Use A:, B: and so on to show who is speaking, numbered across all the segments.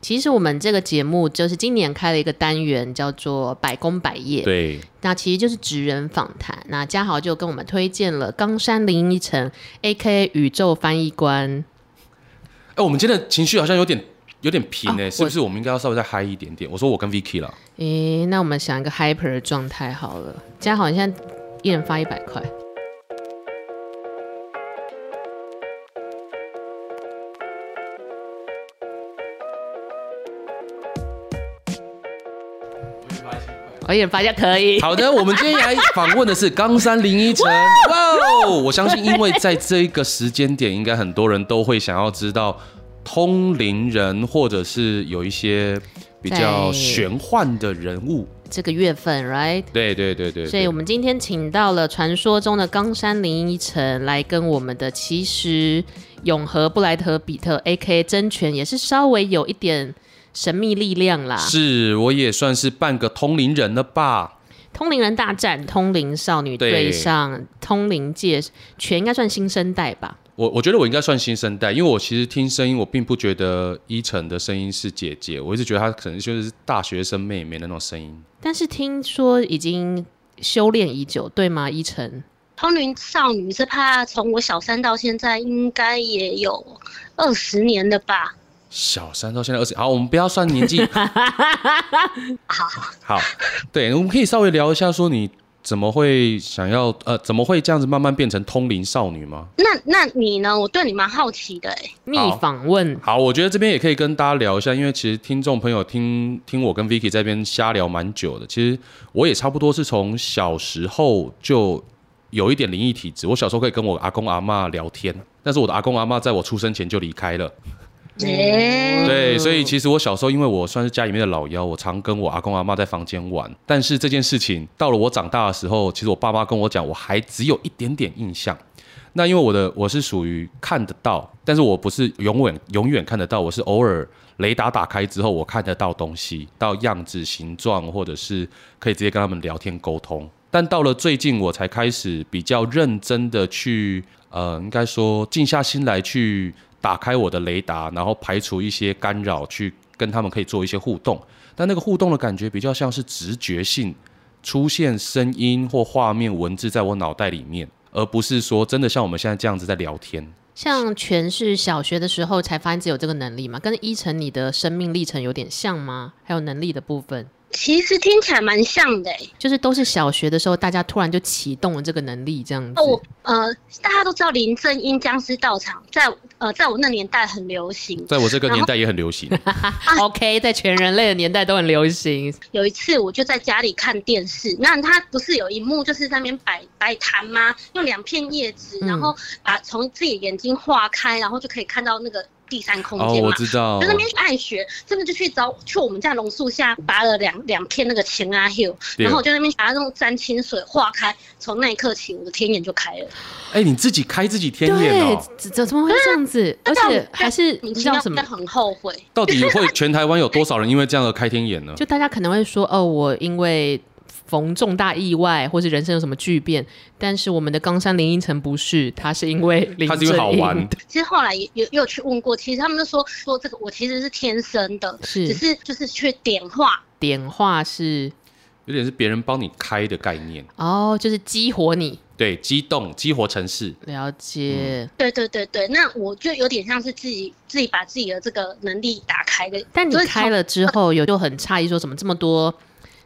A: 其实我们这个节目就是今年开了一个单元，叫做“百工百业”。
B: 对，
A: 那其实就是职人访谈。那嘉豪就跟我们推荐了冈山林依晨 （A.K. 宇宙翻译官
B: 哎、我们今天的情绪好像有点有点平哎、
A: 哦
B: 是
A: 我
B: 不是？我们应该要稍微再嗨一点点。我说我跟 Vicky 了，”。
A: 诶，那我们想一个 hyper 的状态好了。嘉豪，你现在一人发一百块。我一人发一下可以。
B: 好的，我们今天来访问的是冈山林依晨。哇哦！我相信，因为在这个时间点，应该很多人都会想要知道通灵人，或者是有一些比较
A: 在
B: 玄幻的人物。
A: 这个月份，right？
B: 对对对对
A: 所以
B: 对
A: 我们今天请到了传说中的冈山林依晨来跟我们的其实永和布莱特比特 （A.K. 真权）也是稍微有一点神秘力量啦。
B: 是我也算是半个通灵人了吧？
A: 通灵人大战，通灵少女对上通灵界，全应该算新生代吧？
B: 我我觉得我应该算新生代，因为我其实听声音，我并不觉得依晨的声音是姐姐，我一直觉得她可能就是大学生妹妹那种声音。
A: 但是听说已经修炼已久，对吗？依晨，
C: 通灵少女这怕从我小三到现在，应该也有二十年了吧？
B: 小三到现在二十，好，我们不要算年纪，
C: 好，好
B: 好，对，我们可以稍微聊一下，说你怎么会想要呃，怎么会这样子慢慢变成通灵少女吗？
C: 那那你呢？我对你蛮好奇的哎、
A: 逆访问
B: 好，我觉得这边也可以跟大家聊一下，因为其实听众朋友听听我跟 Vicky 这边瞎聊蛮久的，其实我也差不多是从小时候就有一点灵异体质，我小时候可以跟我阿公阿嬷聊天，但是我的阿公阿嬷在我出生前就离开了。嗯
C: 哎、
B: 哦对，所以其实我小时候，因为我算是家里面的老幺，我常跟我阿公阿妈在房间玩。但是这件事情到了我长大的时候，其实我爸妈跟我讲，我还只有一点点印象。那因为我的我是属于看得到，但是我不是永远永远看得到，我是偶尔雷达打开之后，我看得到东西，到样子、形状，或者是可以直接跟他们聊天沟通。但到了最近，我才开始比较认真的去，呃，应该说静下心来去打开我的雷达，然后排除一些干扰，去跟他们可以做一些互动。但那个互动的感觉比较像是直觉性，出现声音或画面、文字在我脑袋里面，而不是说真的像我们现在这样子在聊天。
A: 像全是小学的时候才发现自己有这个能力嘛，跟依晨你的生命历程有点像吗？还有能力的部分，
C: 其实听起来蛮像的哎、
A: 就是都是小学的时候，大家突然就启动了这个能力，这样子。
C: 哦，我呃，大家都知道林正英僵尸道场在呃，在我那年代很流行。
B: 在我这个年代也很流行，
C: 啊
A: OK，在全人类的年代都很流行。
C: 有一次我就在家里看电视，那他不是有一幕就是在那边摆摆摊吗？用两片叶子，
A: 嗯
C: 然后把从自己眼睛化开，然后就可以看到那个第三空
B: 哦，
C: 间嘛。
B: 我知道
C: 就，那边爱学，真的就去找去我们家榕树下拔了两两片那个青阿 hill，
B: 对
C: 然后我就在那边把它用沾清水化开，从那一刻起我的天眼就开了。
B: 哎、你自己开自己天眼
A: 对
B: 哦，，
A: 怎怎怎么会这样子？而且还是
C: 啊你
A: 你
C: 知
A: 知
C: 道
A: 道
C: 什
A: 什
C: 么？
A: 么
C: 但？很后悔，
B: 到底会全台湾有多少人因为这样而开天眼呢？
A: 就大家可能会说，哦，我因为逢重大意外或是人生有什么巨变，但是我们的冈山林依晨不是，他是因为林
B: 它是因为好
A: 正英
B: 玩，
C: 其实后来也也也有去问过，其实他们就说说这个我其实是天生的，只
A: 是
C: 是就是去点化。
A: 点化是
B: 有点是别人帮你开的概念。
A: 哦，就是激活你，
B: 对，激动激活城市。
A: 了解。
C: 对对对对，那我就有点像是自己自己把自己的这个能力打开的。
A: 但你
C: 所以从
A: 开了之后，有就很诧异，说怎么这么多，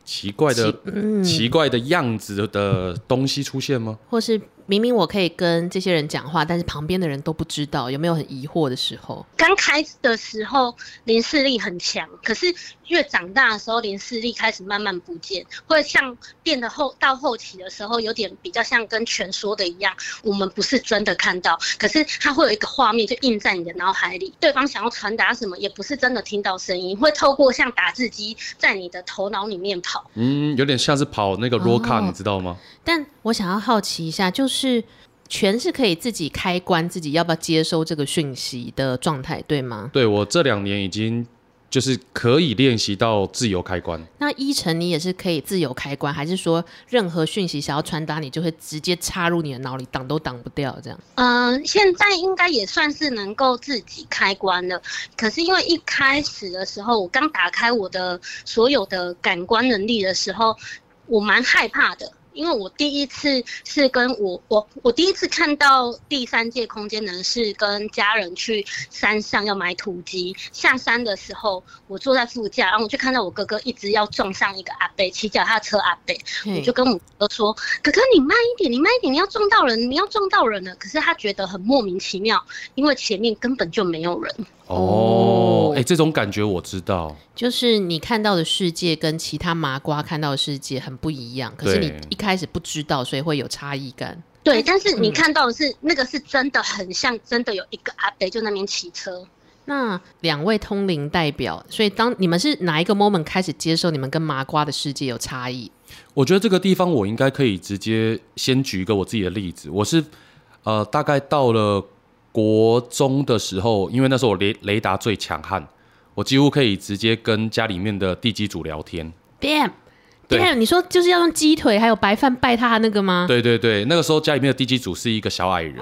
B: 奇嗯怪的、奇怪的样子的东西出现吗？
A: 或是明明我可以跟这些人讲话，但是旁边的人都不知道，有没有很疑惑的时候？
C: 刚开始的时候零视力很强，可是越长大的时候，零视力开始慢慢不见，或者像变得后到后期的时候，有点比较像跟全说的一样，我们不是真的看到，可是它会有一个画面就印在你的脑海里，对方想要传达什么，也不是真的听到声音，会透过像打字机在你的头脑里面跑。
B: 嗯，有点像是跑那个 roll car，、
A: 哦
B: 你知道吗？
A: 但我想要好奇一下，就是全是可以自己开关自己要不要接收这个讯息的状态，对吗？
B: 对我这两年已经。就是可以练习到自由开关。
A: 那依晨，你也是可以自由开关，还是说任何讯息想要传达，你就会直接插入你的脑里，挡都挡不掉这样？
C: 嗯、现在应该也算是能够自己开关了。可是因为一开始的时候，我刚打开我的所有的感官能力的时候，我蛮害怕的。因为我第一次是跟我我我第一次看到第三界空间呢，是跟家人去山上要买土鸡，下山的时候我坐在副驾，然后我就看到我哥哥一直要撞上一个阿伯骑脚踏车阿伯，我
A: 嘿
C: 就跟我哥说：“哥哥，你慢一点，你慢一点，你要撞到人，你要撞到人了。”可是他觉得很莫名其妙，因为前面根本就没有人。
A: 哦
B: 哦，哎、这种感觉我知道。
A: 就是你看到的世界跟其他麻瓜看到的世界很不一样，可是你
B: 对
A: 一开始不知道，所以会有差异感。
C: 对，但是你
A: 嗯
C: 看到的是、那个是真的很像，真的有一个阿伯就那边骑车。
A: 那两位通灵代表，所以当你们是哪一个 moment 开始接受你们跟麻瓜的世界有差异？
B: 我觉得这个地方我应该可以直接先举一个我自己的例子。我是呃，大概到了国中的时候，因为那时候我雷雷达最强悍，我几乎可以直接跟家里面的地基主聊天。
A: Damn，
B: 对
A: Damn，你说就是要用鸡腿还有白饭拜他那个吗？
B: 对对对，那个时候家里面的地基主是一个小矮人，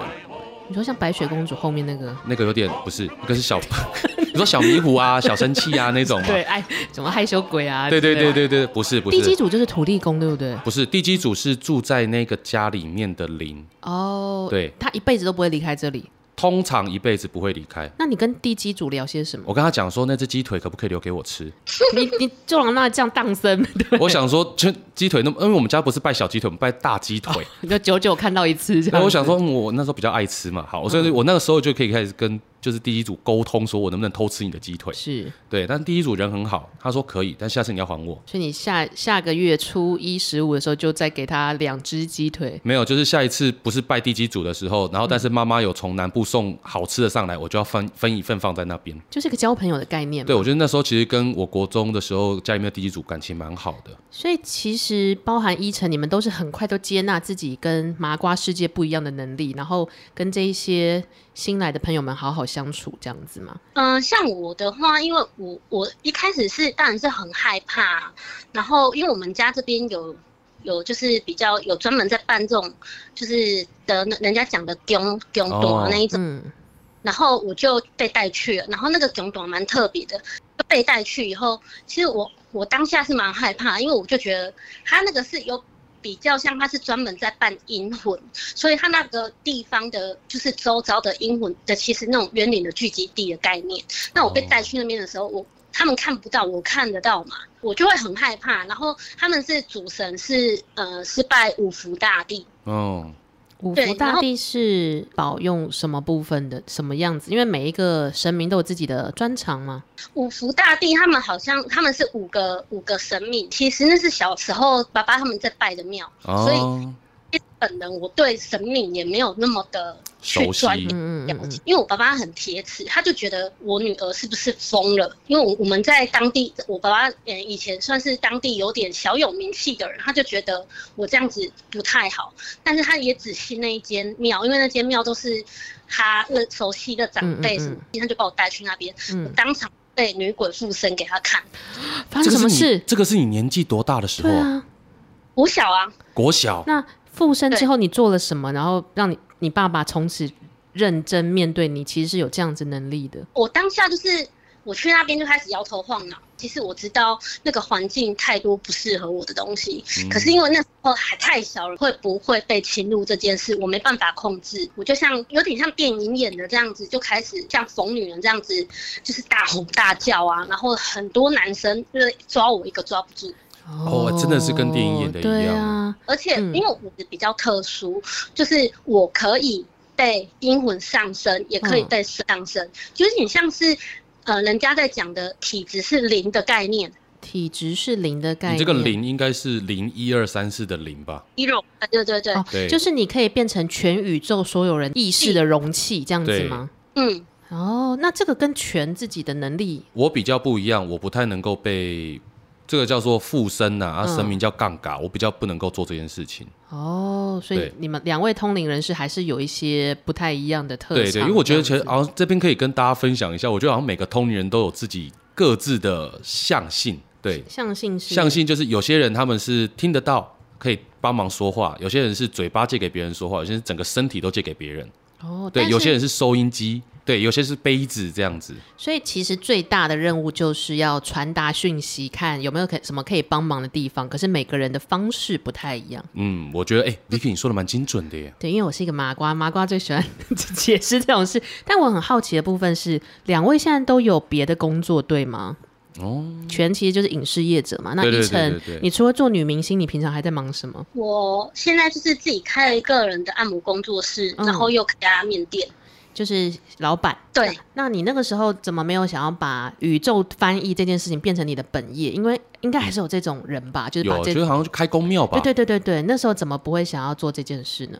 A: 你说像白雪公主后面那个？
B: 那个有点不是，那个是小， 你说小迷 糊啊、小生气啊那种嘛。
A: 对，哎，怎么害羞鬼啊？
B: 对对
A: 之类
B: 对
A: 的。
B: 对对，不是不
A: 地基
B: 是
A: 主就是土地公，对不对？
B: 不是，地基主是住在那个家里面的灵，
A: 哦，
B: 对
A: 他一辈子都不会离开这里。
B: 通常一辈子不会离开。
A: 那你跟地基主聊些什么？
B: 我跟他讲说，那只鸡腿可不可以留给我吃？
A: 你你就让那这样荡生，对，
B: 我想说，就鸡腿那么，因为我们家不是拜小鸡腿，我们拜大鸡腿。
A: 你就久久看到一次这样。
B: 然后我想，说，嗯我那时候比较爱吃嘛，
A: 嗯
B: 好，所以我那个时候就可以开始跟就是第一组沟通，说我能不能偷吃你的鸡腿？
A: 是，
B: 对，但第一组人很好，他说可以，但下次你要还我。
A: 所以你下下个月初一十五的时候，就再给他两只鸡腿。
B: 没有，就是下一次不是拜地基组的时候，然后但是妈妈有从南部送好吃的上来，我就要分分一份放在那边。
A: 就是个交朋友的概念嘛。
B: 对，我觉得那时候其实跟我国中的时候家里面的地基组感情蛮好的。
A: 所以其实包含依晨，你们都是很快都接纳自己跟麻瓜世界不一样的能力，然后跟这一些新来的朋友们好好相处，这样子嘛。
C: 嗯、像我的话，因为我我一开始是当然是很害怕，然后因为我们家这边有有就是比较有专门在办这种就是的人家讲的囧囧
B: 哦
C: 短那一种，
A: 嗯，
C: 然后我就被带去了，然后那个囧短蛮特别的，被带去以后，其实我我当下是蛮害怕，因为我就觉得他那个是有。比较像他是专门在办阴魂，所以他那个地方的，就是周遭的阴魂的，其实那种冤灵的聚集地的概念。那我被带去那边的时候，我他们看不到，我看得到嘛，我就会很害怕。然后他们是主神是呃是拜五福大帝，呃
B: 嗯，
A: 五
C: 对
A: 福
C: 然
A: 大
C: 后
A: 帝是保用什么部分的什么样子？因为每一个神明都有自己的专长嘛。
C: 五福大帝他们好像他们是五个五个神明，其实那是小时候爸爸他们在拜的庙，所以
B: 哦，
C: 本人我对神明也没有那么的去
B: 熟悉
C: 钻研
A: 嗯嗯
C: 了
A: 嗯
C: 解
A: 嗯，，
C: 因为我爸爸很铁齿，他就觉得我女儿是不是疯了？因为我我们在当地，我爸爸嗯以前算是当地有点小有名气的人，他就觉得我这样子不太好。但是他也只信那一间庙，因为那间庙都是他认熟悉的长辈
A: 嗯嗯嗯
C: 什么，他就把我带去那边，
A: 嗯
C: 当场被女鬼附身给他看。
A: 发生
B: 这个
A: 什
B: 是
A: 么
B: 你
A: 事？
B: 这个是你年纪多大的时候
A: 对
B: 啊？
A: 啊，
C: 我小啊，
B: 国小。
A: 那附身之
C: 对
A: 后你做了什么？然后让你你爸爸从此认真面对你，其实是有这样子能力的。
C: 我当下就是我去那边就开始摇头晃脑。其实我知道那个环境太多不适合我的东西，
B: 嗯
C: 可是因为那时候还太小了，会不会被侵入这件事，我没办法控制。我就像有点像电影演的这样子，就开始像疯女人这样子，就是大吼大叫啊，然后很多男生就是抓我一个抓不住。
B: 哦真的是跟电影演的一样
A: 对啊，
C: 而且
A: 嗯
C: 因为我比较特殊，就是我可以被阴魂上身，也
A: 嗯
C: 可以被神上身，有点像是呃人家在讲的体质是灵的概念，
A: 体质是零的概念。
B: 你这个零应该是零一二三四的零吧？
C: 一种啊，对对对，
A: 哦
B: 嗯对，
A: 就是你可以变成全宇宙所有人意识的容器，这样子吗？
C: 嗯，
A: 哦，那这个跟全自己的能力
B: 我比较不一样，我不太能够被这个叫做附身呐、啊，
A: 嗯
B: 神明叫杠杆，我比较不能够做这件事情。
A: 哦，所以
B: 对
A: 你们两位通灵人士还是有一些不太一样的特长。
B: 对对，因为我觉得其
A: 这样
B: 实
A: 子
B: 好像这边可以跟大家分享一下，我觉得好像每个通灵人都有自己各自的象性，对，
A: 相信是
B: 象性就是有些人他们是听得到，可以帮忙说话；有些人是嘴巴借给别人说话，有些人整个身体都借给别人。
A: 哦，
B: 对，
A: 但
B: 有些
A: 是
B: 人是收音机，对，有些是杯子这样子。
A: 所以其实最大的任务就是要传达讯息，看有没有可什么可以帮忙的地方。可是每个人的方式不太一样。
B: 嗯，我觉得哎、v i c k y 你说的蛮精准的耶。
A: 对，因为我是一个麻瓜，麻瓜最喜欢 解释这种事。但我很好奇的部分是，两位现在都有别的工作对吗？
B: 哦，
A: 全其实就是影视业者嘛。那
B: 对对
A: 一
B: 对
A: 晨，
B: 对对对
A: 你除了做女明星，你平常还在忙什么？
C: 我现在就是自己开了一个人的按摩工作室，
A: 嗯嗯
C: 然后又开面店。
A: 就是老板。
C: 对，
A: 那你那个时候怎么没有想要把宇宙翻译这件事情变成你的本业？因为应该还是有这种人吧，就是把
B: 有，
A: 这
B: 觉得好像去开公庙吧。
A: 对对对对对，那时候怎么不会想要做这件事呢？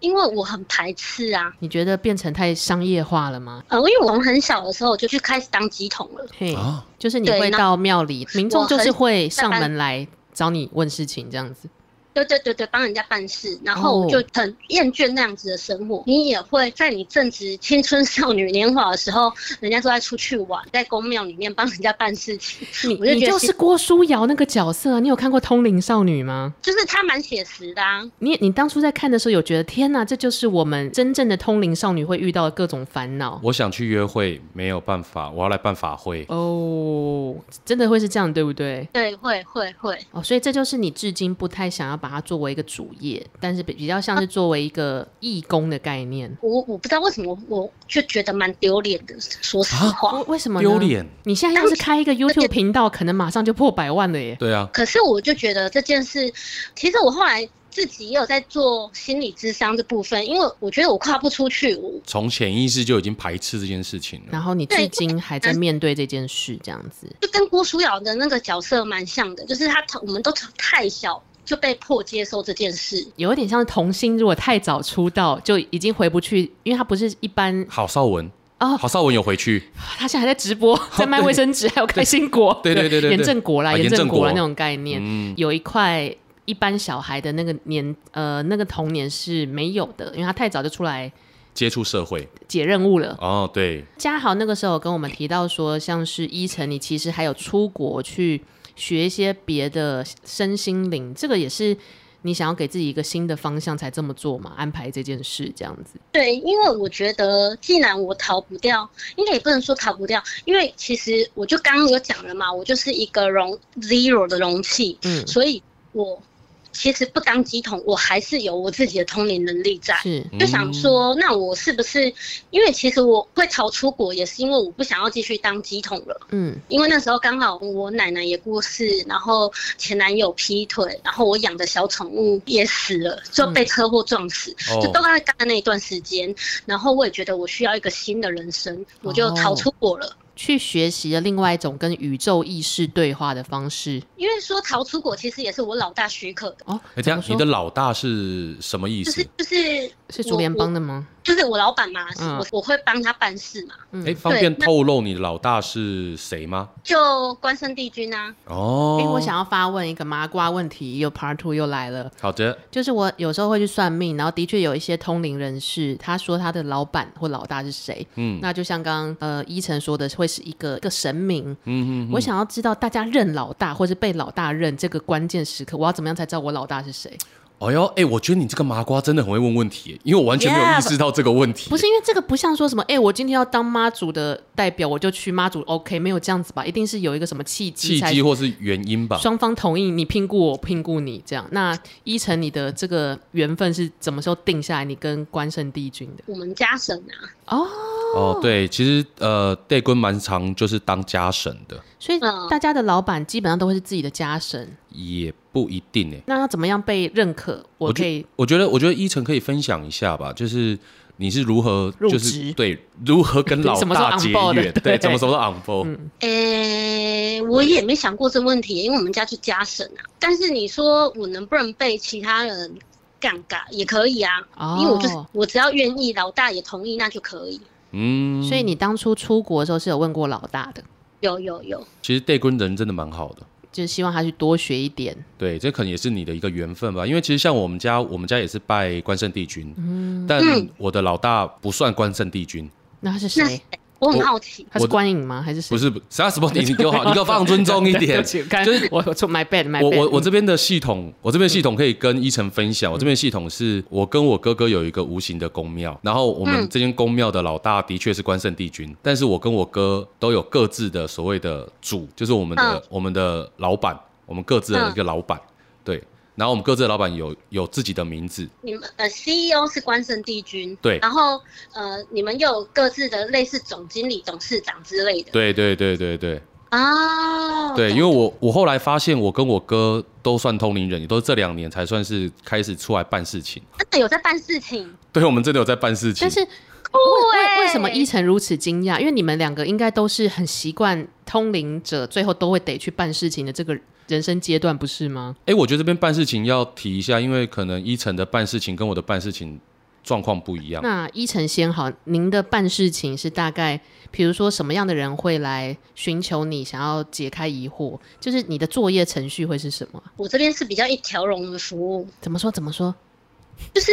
C: 因为我很排斥啊，
A: 你觉得变成太商业化了吗？
C: 呃，因为我从很小的时候我就去开始当鸡桶了。
A: 嘿、
B: 啊，
A: 就是你
C: 对
A: 会
C: 那
A: 到庙里，民众就是会上
C: 我很
A: 门来找你问事情这样子。
C: 对对对对，帮人家办事，然后
A: 哦
C: 我就很厌倦那样子的生活。你也会在你正值青春少女年华的时候，人家都在出去玩，在公庙里面帮人家办事情。
A: 你
C: 我就
A: 你
C: 觉得
A: 就是郭书瑶那个角色啊，你有看过《通灵少女》吗？
C: 就是他蛮写实的、啊，
A: 你你当初在看的时候有觉得天哪，这就是我们真正的通灵少女会遇到的各种烦恼
B: 我想去约会，没有办法，我要来办法会。
A: 哦，真的会是这样对不对？
C: 对，会会会，
A: 哦，所以这就是你至今不太想要把它作为一个主业，但是比比较像是作为一个义工的概念。
C: 我我不知道为什么，我就觉得蛮丢脸的，说实话。
A: 为为什么呢
B: 哦丢？脸，
A: 你现在要是开一个 YouTube 频道，可能马上就破百万了耶。
B: 对啊，
C: 可是我就觉得这件事，其实我后来自己也有在做心理智商这部分，因为我觉得我跨不出去，我
B: 从潜意识就已经排斥这件事情了。
A: 然后你至今还在面对这件事，这样子。
C: 就跟郭书瑶的那个角色蛮像的，就是她我们都太小就被迫接受这件事。
A: 有一点像童星，如果太早出道就已经回不去，因为他不是一般
B: 郝邵文，
A: 哦，
B: 郝邵文有回去，
A: 他现在还在直播，在卖卫生纸，还有开心果，
B: 哦对对对对对
A: 严正国啦，
B: 啊
A: 严正国啦
B: 严正国
A: 那种概念，
B: 嗯
A: 有一块一般小孩的那个年呃那个童年是没有的，因为他太早就出来
B: 接触社会。
A: 解任务了。
B: 哦，对，
A: 嘉豪那个时候有跟我们提到说，像是依晨，你其实还有出国去学一些别的身心灵，这个也是你想要给自己一个新的方向才这么做嘛？安排这件事这样子。
C: 对，因为我觉得既然我逃不掉，应该也不能说逃不掉，因为其实我就刚刚有讲了嘛，我就是一个容 zero 的容器，
A: 嗯，
C: 所以我其实不当鸡桶，我还是有我自己的通灵能力
B: 啊
C: 在。
A: 是
C: 就想说，那我是不是？因为其实我会逃出国，也是因为我不想要继续当鸡桶了。
A: 嗯
C: 因为那时候刚好我奶奶也过世，然后前男友劈腿，然后我养的小宠物也死了，就被车祸撞死，
B: 嗯
C: 就
B: 哦
C: 都在干的那一段时间。然后我也觉得我需要一个新的人生，我就逃出国了。
A: 去学习了另外一种跟宇宙意识对话的方式
C: 因为说逃出国其实也是我老大许可的，
A: 哦。
B: 哎，这
A: 怎么
B: 样
A: 说
B: 你的老大是什么意
C: 就是
B: 思？
C: 就是
A: 是竹联帮的吗？
C: 就是我老板嘛，
A: 嗯
C: 我我会帮他办事嘛，
A: 嗯，
B: 哎，方便透露你的老大是谁吗？
C: 就关圣帝君啊，
B: 哦，
A: 因为我想要发问一个麻瓜问题，又 Part Two 又来了。
B: 好的，
A: 就是我有时候会去算命，然后的确有一些通灵人士，他说他的老板或老大是谁，
B: 嗯
A: 那就像刚刚呃依晨说的，会是一个一个神明。
B: 嗯嗯，
A: 我想要知道大家认老大或是被老大认这个关键时刻，我要怎么样才知道我老大是谁？
B: 哎呦，哎，我觉得你这个麻瓜真的很会问问题耶，因为我完全没有
A: Yeah，
B: 意识到这个问题。
A: 不是因为这个不像说什么，哎、我今天要当妈祖的代表，我就去妈祖，OK，没有这样子吧？一定是有一个什么契机
B: 契
A: 才
B: 机或是原因吧？
A: 双方同意，你评估我，评估你这样。那依晨，你的这个缘分是怎么时候定下来？你跟关圣帝君的
C: 我们家神啊，
A: 哦，
B: 哦，对，其实呃，戴坤蛮常就是当家神的，
A: 所以
C: 嗯
A: 大家的老板基本上都会是自己的家神。
B: 也不一定哎。
A: 那要怎么样被认可？我可以
B: 觉我觉得，我觉得依晨可以分享一下吧，就是你是如何
A: 入
B: 就
A: 职
B: 是对如何跟老
A: 什么时候
B: 大结
A: on board 的
B: 缘，
A: 对嗯
B: 对，怎么什么都 on board，
C: 诶、我也没想过这问题，因为我们家就家神啊。但是你说我能不能被其他人杠尬也可以啊，
A: 哦
C: 因为我就是我只要愿意，老大也同意，那就可以。
B: 嗯，
A: 所以你当初出国的时候是有问过老大的，
C: 有有有，
B: 其实戴坤人真的蛮好的。
A: 就是希望他去多学一点。
B: 对，这可能也是你的一个缘分吧，因为其实像我们家，我们家也是
A: 嗯
B: 拜关圣帝君，但我的老大不算关圣帝君，
A: 那他是
C: 那
A: 谁？
C: 我很好奇。
A: 他是观影吗？还是谁
B: 不？是，不是 啊，什么？你你给我好，你给我放尊重一
A: 对
B: 点
A: 不。起刚
B: 就是
A: 我我做 my bad my
B: 我
A: bad。
B: 我我这边的系统，我这边系统可以跟依晨分享。我这边系统是我跟我哥哥有一个无形的公庙，然后我们
C: 嗯
B: 这间公庙的老大的确是关圣帝君，但是我跟我哥都有各自的所谓的主，就是我们的、
C: 嗯
B: 我们的老板，我们各自的一个老板，对。然后我们各自的老板有有自己的名字，
C: 你们呃，CEO 是关圣帝君，
B: 对
C: 然后呃，你们又有各自的类似总经理、董事长之类的
B: 对对对对对
C: 哦啊。
B: 对，因
C: 懂
B: 为我我后来发现我跟我哥都算通灵人，也都是这两年才算是开始出来办事情。
C: 真的有在办事情，
B: 对，我们真的有在办事情
A: 但。是为
C: 酷欸
A: 为为什么依晨如此惊讶？因为你们两个应该都是很习惯通灵者，最后都会得去办事情的这个人生阶段，不是吗？
B: 哎、我觉得这边办事情要提一下，因为可能依晨的办事情跟我的办事情状况不一样。
A: 那依晨先好，您的办事情是大概，比如说什么样的人会来寻求你，想要解开疑惑？就是你的作业程序会是什么？
C: 我这边是比较一条龙的服务，
A: 怎么说？怎么说？
C: 就是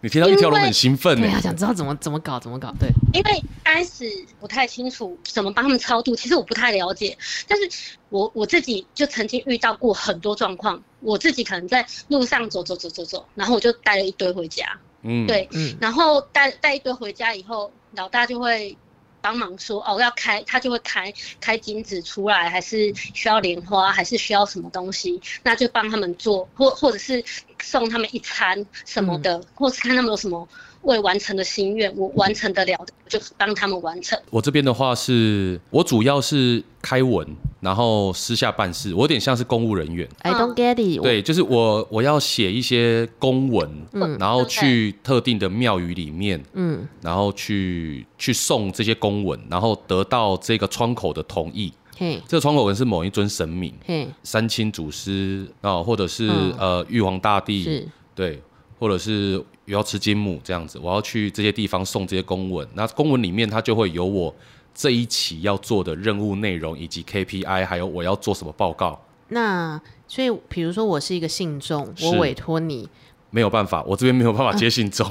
B: 你听到一条龙很兴奋欸呢、
A: 对啊，想知道怎么怎么搞，怎么搞？对，
C: 因为开始不太清楚怎么帮他们超度，其实我不太了解，但是我我自己就曾经遇到过很多状况，我自己可能在路上走走走走走，然后我就带了一堆回家，
B: 嗯，
C: 对，
A: 嗯，
C: 然后带带一堆回家以后，老大就会帮忙说哦要开，他就会开开金子出来，还是需要莲花，还是需要什么东西，那就帮他们做，或或者是送他们一餐什么的，或是看他们有什么未完成的心愿，我完成得了的，我就帮他们完成。
B: 我这边的话是，我主要是开文，然后私下办事，我有点像是公务人员。
A: I don't get it。，
B: 对，就是我我要写一些公文，
A: 嗯
B: 然后去特定的庙宇里面，
A: 嗯，
B: 然后去去送这些公文，然后得到这个窗口的同意。
A: 嘿，
B: 这个窗口文是某一尊神明，
A: 嘿，
B: 三清祖师啊、或者是、
A: 嗯
B: 呃玉皇大帝，
A: 是，
B: 对，或者是瑶池金母这样子，我要去这些地方送这些公文。那公文里面它就会有我这一期要做的任务内容，以及 KPI，还有我要做什么报告。
A: 那所以，比如说我是一个信众，
B: 是
A: 我委托你，
B: 没有办法，我这边没有办法接信中。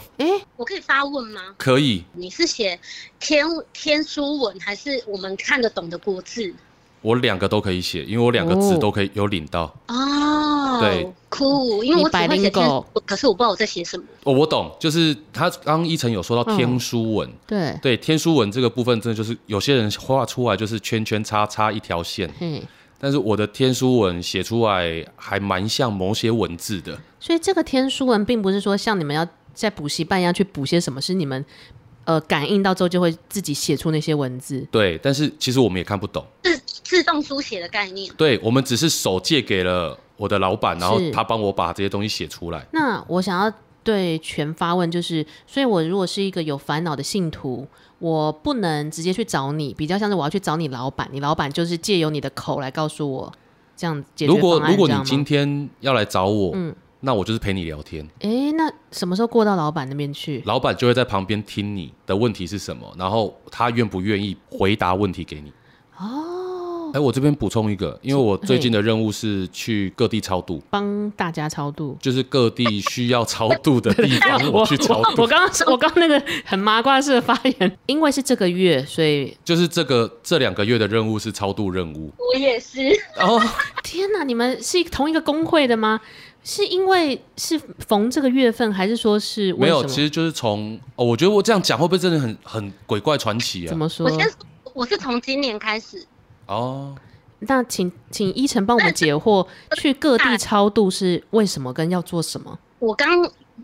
C: 我可以发问吗？
B: 可以，
C: 你是写天天书文，还是我们看得懂的国字？
B: 我两个都可以写，因为我两个字
A: 哦
B: 都可以有领到。
C: 哦，
B: 对，
C: 酷，因为我只会
A: 你
C: 写天书
A: bilingual
C: 文，可是我不知道我在写什么。
B: 哦，我懂，就是他刚刚一晨有说到天书文，
A: 对，
B: 对天书文这个部分，真的就是有些人画出来就是圈圈叉叉一条线，
A: 嘿，
B: 但是我的天书文写出来还蛮像某些文字的，
A: 所以这个天书文并不是说像你们要在补习班一样去补些什么，是你们呃感应到之后就会自己写出那些文字。
B: 对，但是其实我们也看不懂，
C: 自自动书写的概念。
B: 对我们只是手借给了我的老板，然后
A: 是
B: 他帮我把这些东西写出来。
A: 那我想要对全发问，就是，所以我如果是一个有烦恼的信徒，我不能直接去找你，比较像是我要去找你老板，你老板就是借由你的口来告诉我这样解决
B: 如果
A: 方案
B: 如果
A: 这
B: 你
A: 样吗
B: 今天要来找我，
A: 嗯
B: 那我就是陪你聊天，
A: 诶，那什么时候过到老板那边去？
B: 老板就会在旁边听你的问题是什么，然后他愿不愿意回答问题给你。
A: 哦，
B: 哎，我这边补充一个，因为我最近的任务是去各地超度，
A: 帮大家超度。
B: 就是各地需要超度的地方，
A: 我
B: 我去超
A: 我
B: 度。
A: 刚 刚我刚刚那个很麻瓜式的发言，因为是这个月，所以
B: 就是这个这两个月的任务是超度任务，
C: 我也是，
B: 然后
A: 天哪，你们是同一个工会的吗？是因为是逢这个月份，还是说是为
B: 没有，
A: 什么
B: 其实就是从哦，我觉得我这样讲会不会真的很很鬼怪传奇
A: 怎
B: 啊？
A: 么说
C: 我？先我是从今年开始，
B: 哦，
A: 那请请依晨帮我们解惑，去各地超度是为什么跟要做什么？
C: 我刚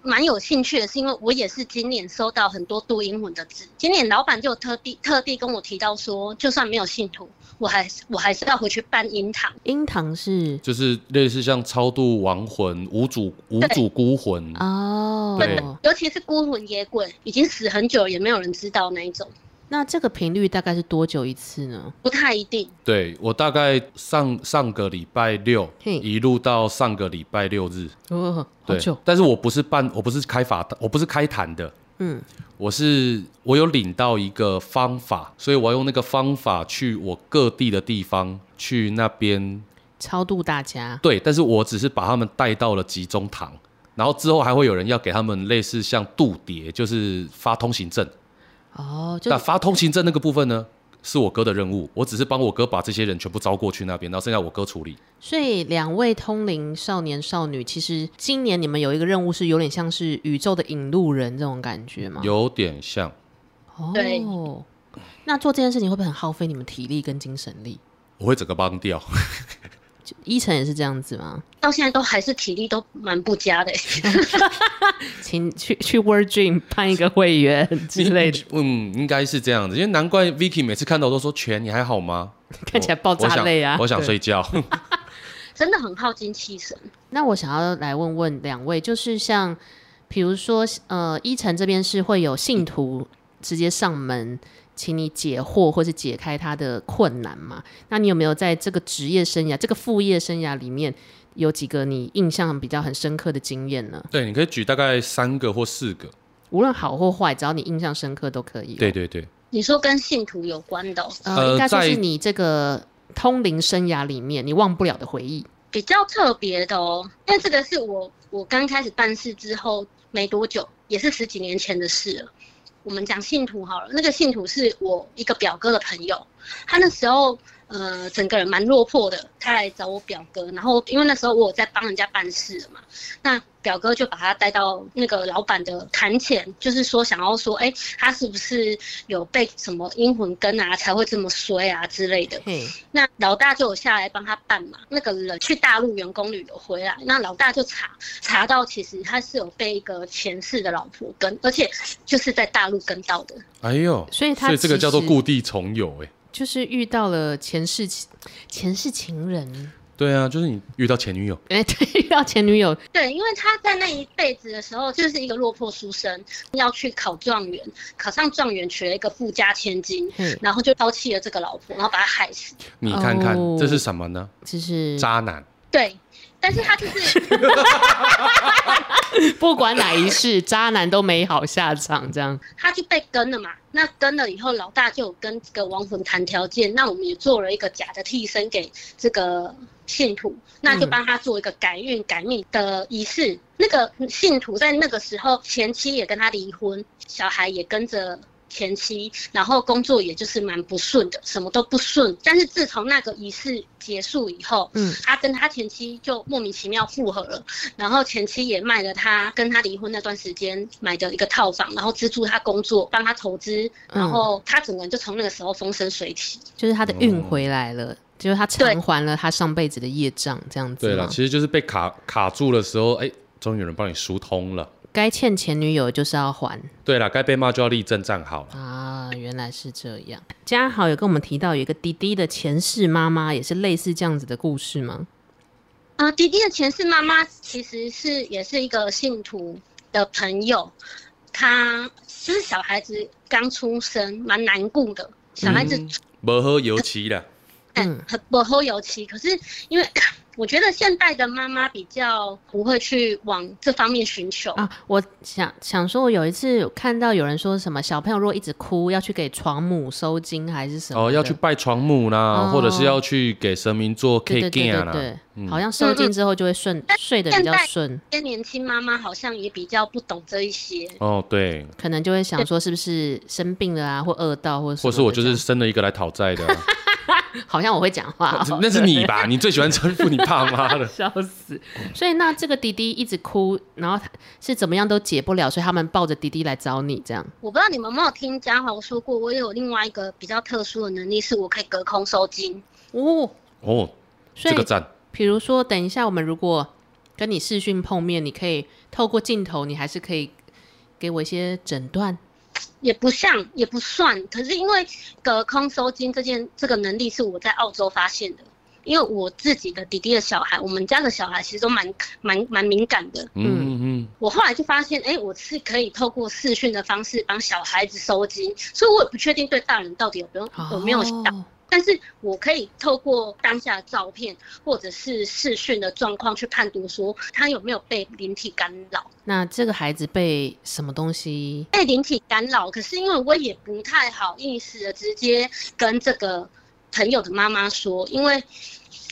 C: 蛮有兴趣的，是因为我也是今年收到很多读英文的字，今年老板就有特地特地跟我提到说，就算没有信徒，我还是我还是要回去办英堂。
A: 樱堂是
B: 就是类似像超度亡魂、无主无主孤魂，对
A: 哦，
C: 尤其是孤魂野鬼，已经死很久，也没有人知道那一种，
A: 那这个频率大概是多久一次呢？
C: 不太一定。
B: 对我大概上上个礼拜六
A: 嘿
B: 一路到上个礼拜六日，
A: 哦，好
B: 对
A: 久，，
B: 但是我不是办，我不是开法，我不是开坛的，
A: 嗯，
B: 我是我有领到一个方法，所以我要用那个方法去我各地的地方去那边
A: 超度大家，
B: 对，但是我只是把他们带到了集中堂，然后之后还会有人要给他们类似像渡牒，就是发通行证，
A: 哦，就
B: 那发通行证那个部分呢，是我哥的任务，我只是帮我哥把这些人全部招过去那边，然后剩下我哥处理。
A: 所以两位通灵少年少女，其实今年你们有一个任务是有点像是宇宙的引路人这种感觉吗？
B: 有点像，
C: 对
A: 哦，那做这件事情会不会很耗费你们体力跟精神力？
B: 我会整个帮掉。
A: 就依晨也是这样子吗？
C: 到现在都还是体力都蛮不佳的、欸
A: 请去去 Word Dream 办一个会员之类的，
B: 嗯，应该是这样子，因为难怪 Vicky 每次看到我都说：“全，你还好吗？”
A: 看起来爆炸累啊
B: 我想我想
A: 对
B: 睡觉。
C: 真的很耗尽气神。
A: 那我想要来问问两位，就是像比如说，呃，依晨这边是会有信徒直接上门，请你解惑或是解开他的困难嘛？那你有没有在这个职业生涯、这个副业生涯里面，有几个你印象比较很深刻的经验呢？
B: 对，你可以举大概三个或 四个。
A: 无论好或坏，只要你印象深刻都可以哦、
B: 对对对，
C: 你说跟信徒有关的哦、
A: 呃，
B: 呃
A: 应该说
B: 在
A: 是你这个通灵生涯里面你忘不了的回忆。
C: 比较特别的哦，因为这个是我我刚开始办事之后没多久，也是十几年前的事了。我们讲信徒好了，那个信徒是我一个表哥的朋友，他那时候呃整个人蛮落魄的，他来找我表哥，然后因为那时候我有在帮人家办事嘛，那表哥就把他带到那个老板的坛前，就是说想要说，哎、他是不是有被什么阴魂跟啊，才会这么衰啊之类的。
A: 嘿，
C: 那老大就有下来帮他办嘛。那个人去大陆员工旅游回来，那老大就查查到，其实他是有被一个前世的老婆跟，而且就是在大陆跟到的。
B: 哎呦，
A: 所以他
B: 所以这个
A: 其
B: 叫做
A: 实
B: 故地重游、哎，
A: 就是遇到了前世情前世情人，
B: 对啊，就是你遇到前女友，
A: 哎、对，遇到前女友，
C: 对，因为他在那一辈子的时候就是一个落魄书生，要去考状元，考上状元娶了一个富家千金，
A: 嘿，
C: 然后就抛弃了这个老婆，然后把他害死。
B: 你看看、
A: 哦嗯
B: 这是什么呢？
A: 就是
B: 渣男。
C: 对，但是他就是。
A: 不管哪一世， 渣男都没好下场，这样。
C: 他就被跟了嘛。那跟了以后，老大就有跟这个亡魂谈条件，那我们也做了一个假的替身给这个信徒，那就帮他做一个改运改命的仪式。那个信徒在那个时候，前妻也跟他离婚，小孩也跟着。前妻，然后工作也就是蛮不顺的，什么都不顺。但是自从那个仪式结束以后，
A: 嗯，
C: 他跟他前妻就莫名其妙复合了，然后前妻也卖了他跟他离婚那段时间买的一个套房，然后资助他工作，帮他投资，
A: 嗯
C: 然后他整个人就从那个时候风生水起。
A: 就是他的
B: 哦
A: 运回来了，就是他偿还了他上辈子的业障，这样
B: 对
A: 子
B: 了，
A: 吗？
B: 其实就是被卡卡住的时候，哎、终于有人帮你疏通了。
A: 该欠前女友就是要还
B: 对了，该被骂就要立正站好了。
A: 啊，原来是这样。嘉豪有跟我们提到有一个滴滴的前世妈妈，也是类似这样子的故事吗？
C: 呃，迪迪的前世妈妈其实是也是一个信徒的朋友，她就是小孩子刚出生，蛮难过的。小孩子
B: 嗯没喝油漆啦，
A: 嗯
C: 嗯，很不后尤其，可是因为 我觉得现代的妈妈比较不会去往这方面寻求。
A: 啊，我想想说，我有一次有看到有人说什么小朋友如果一直哭，要去给床母收金还是什么的？
B: 哦，要去拜床母啦，
A: 嗯哦
B: 或者是要去给神明做 K
A: 对对
B: g
A: 对
B: a
A: 对
B: 啦。
A: 对，
B: 嗯
A: 好像收金之后就会
C: 嗯
A: 顺、睡得比较顺，
C: 些年轻妈妈好像也比较不懂这一些，
B: 哦，对，
A: 可能就会想说是不是生病了啊，或饿到，或者
B: 或
A: 或
B: 是我就是生了一个来讨债的 啊、，
A: 好像我会讲话、哦。
B: 那是你吧？你最喜欢称呼你爸妈 的
A: 笑死。所以那这个弟弟一直哭，然后他是怎么样都解不了，所以他们抱着弟弟来找你这样。
C: 我不知道你们有没有听嘉豪说过，我有另外一个比较特殊的能力，是我可以隔空收金。
A: 哦，
B: 哦，
A: 所
B: 这
A: 以
B: 个赞，
A: 比如说，等一下我们如果跟你视讯碰面，你可以透过镜头，你还是可以给我一些诊断。
C: 也不像，也不算。可是因为隔空收金这件这个能力是我在澳洲发现的，因为我自己的弟弟的小孩，我们家的小孩其实都蛮蛮蛮敏感的。
B: 嗯嗯
C: 我后来就发现，哎、我是可以透过视讯的方式帮小孩子收金，所以我也不确定对大人到底有没有有没有效。
A: 哦
C: 但是我可以透过当下的照片或者是视讯的状况去判读，说他有没有被灵体干扰。
A: 那这个孩子被什么东西？
C: 被灵体干扰，可是因为我也不太好意思的直接跟这个朋友的妈妈说，因为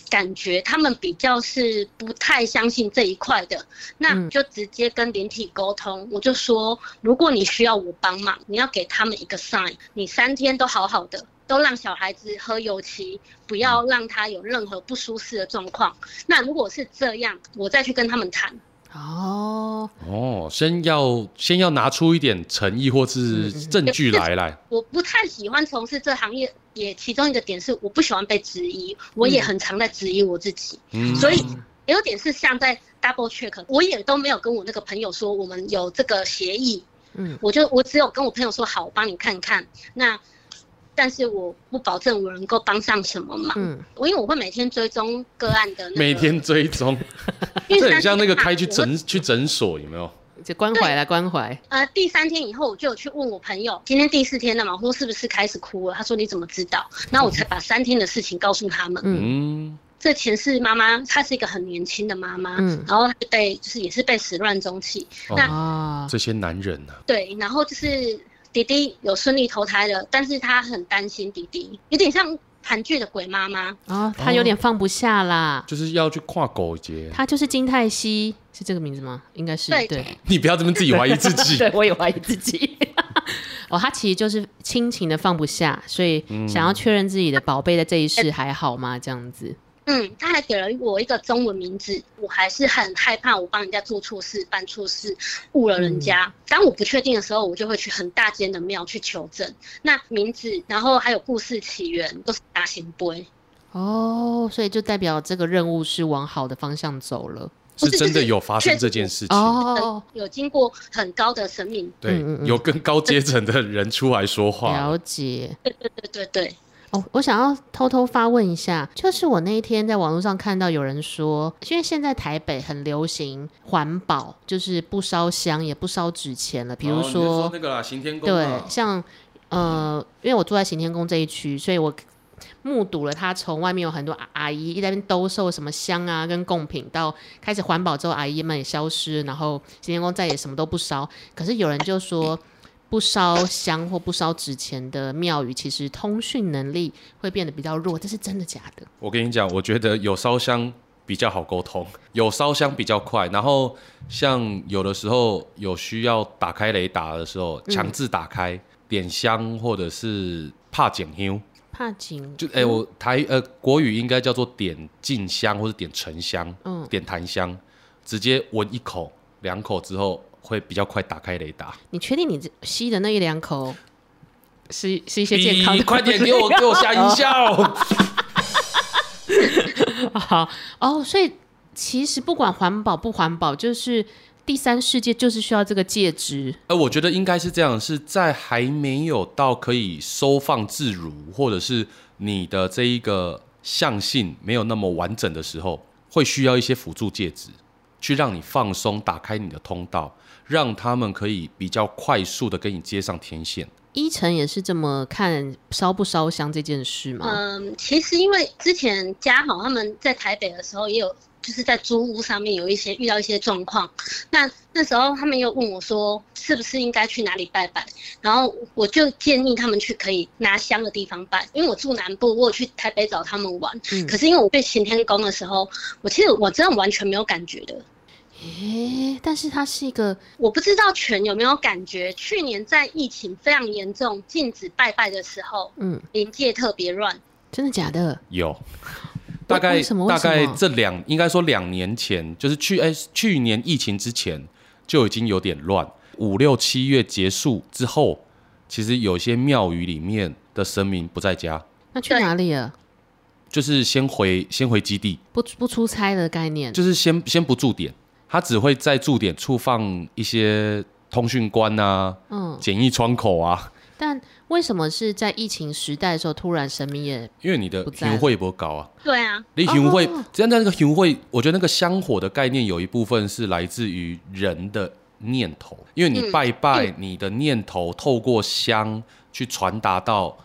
C: 感觉他们比较是不太相信这一块的，那
A: 嗯
C: 就直接跟连体沟通。我就说，如果你需要我帮忙，你要给他们一个 sign，你三天都好好的，都让小孩子喝油漆，不要让他有任何不舒适的状况。那如果是这样，我再去跟他们谈。
A: 哦，
B: 哦，先要先要拿出一点诚意或是
A: 嗯嗯
B: 证据来来，
C: 我不太喜欢从事这行业，也其中一个点是我不喜欢被质疑，我也
A: 嗯
C: 很常在质疑我自己。
B: 嗯，
C: 所以也有点是像在 double check，我也都没有跟我那个朋友说我们有这个协议，
A: 嗯
C: 我就我只有跟我朋友说好，我帮你看看。那但是我不保证我能够帮上什么忙，
A: 嗯，
C: 我因为我会每天追踪个案的、那个
B: 每天追踪，
C: 因
B: 啊这
C: 为
B: 很
C: 三
B: 像那
C: 天
B: 个
A: 啊
C: 嘛
B: 开去
C: 我会
B: 诊去诊所有没有？
A: 这关怀啦，关怀，
C: 呃，第三天以后，我就有去问我朋友，今天第四天了嘛，我说是不是开始哭了？他说你怎么知道？然后我才把三天的事情告诉他们。
A: 嗯
B: 嗯，
C: 这前世妈妈，她是一个很年轻的妈妈，
A: 嗯
C: 然后她就被就是也是被始乱终弃，那
A: 啊，
B: 哦，这些男人呢？
C: 对，然后就是弟弟有顺利投胎了，但是她很担心弟弟，有点像韩剧的鬼妈妈，
A: 哦，他有点放不下啦。
B: 就是要去跨狗节，
A: 他就是金泰熙，是这个名字吗？应该是
C: 对
A: 对，
B: 你不要这么自己怀疑自 己。
A: 对我也怀疑自己。 哦，他其实就是亲情的放不下，所以
B: 嗯
A: 想要确认自己的宝贝在这一世还好吗？这样子，
C: 嗯，他还给了我一个中文名字，我还是很害怕我帮人家做错事、办错事，误了人
A: 嗯
C: 家。当我不确定的时候，我就会去很大间的庙去求证。那名字，然后还有故事起源，都是大型杯。
A: 哦，所以就代表这个任务是往好的方向走了。
B: 是真的有发生这件事情。
A: 哦，
C: 有经过很高的神明，
B: 对
A: 嗯嗯，嗯
B: 有更高阶层的人出来说话，
A: 了解。
C: 对对对，
A: 哦，我想要偷偷发问一下，就是我那一天在网络上看到有人说，因为现在台北很流行环保，就是不烧香也不烧纸钱了，
B: 哦啊
A: 比如说
B: 那个啦，刑天宫啊
A: 对，像呃，因为我住在行天宫这一区，所以我目睹了他从外面有很多阿阿姨一直在那边兜售什么香啊跟贡品，到开始环保之后，阿姨们也消失，然后行天宫再也什么都不烧。可是有人就说。不烧香或不烧纸钱的庙宇，其实通讯能力会变得比较弱，这是真的假的？
B: 我跟你讲，我觉得有烧香比较好沟通，有烧香比较快。然后像有的时候有需要打开雷达的时
A: 嗯
B: 候，强制打开点香或者是怕减香，
A: 怕紧
B: 就哎、我台呃国语应该叫做点静香或者点沉香，
A: 嗯
B: 点檀香，直接闻一口两口之后会比较快打开雷达。
A: 你确定你这吸的那一两口是是一些健康的？
B: 你快点给我给我下 音效。
A: 好哦，所以其实不管环保不环保，就是第三世界就是需要这个介质。
B: 呃，我觉得应该是这样，是在还没有到可以收放自如，或者是你的这一个象性没有那么完整的时候，会需要一些辅助介质，去让你放松，打开你的通道，让他们可以比较快速的跟你接上天线。
A: 依晨也是这么看烧不烧香这件事吗？
C: 嗯，其实因为之前嘉豪他们在台北的时候，也有就是在租屋上面有一些遇到一些状况。那那时候他们又问我说，是不是应该去哪里拜拜？然后我就建议他们去可以拿香的地方拜，因为我住南部，我有去台北找他们玩。
A: 嗯
C: 可是因为我被行天宫的时候，我其实我真的完全没有感觉的。
A: 诶、但是它是一个
C: 我不知道全有没有感觉，去年在疫情非常严重、禁止拜拜的时候，
A: 嗯，
C: 临界特别乱。
A: 真的假的？
B: 有，大概
A: 为什么为
B: 大概
A: 什么
B: 这两应该说两年前，就是去哎、去年疫情之前就已经有点乱，五六七月结束之后，其实有些庙宇里面的神明不在家，
A: 那去哪里了？
B: 就是先回先回基地，
A: 不不出差的概念，
B: 就是先先不驻点，他只会在驻点处放一些通讯官啊、
A: 嗯。
B: 简易窗口啊，
A: 但为什么是在疫情时代的时候，突然神明也
B: 因为你的
A: 不在
B: 巡会不高啊。
C: 对啊，
B: 你巡会
A: 哦，
B: 真的那个巡会，我觉得那个香火的概念有一部分是来自于人的念头，因为你
C: 嗯
B: 拜拜，你的念头透过香去传达到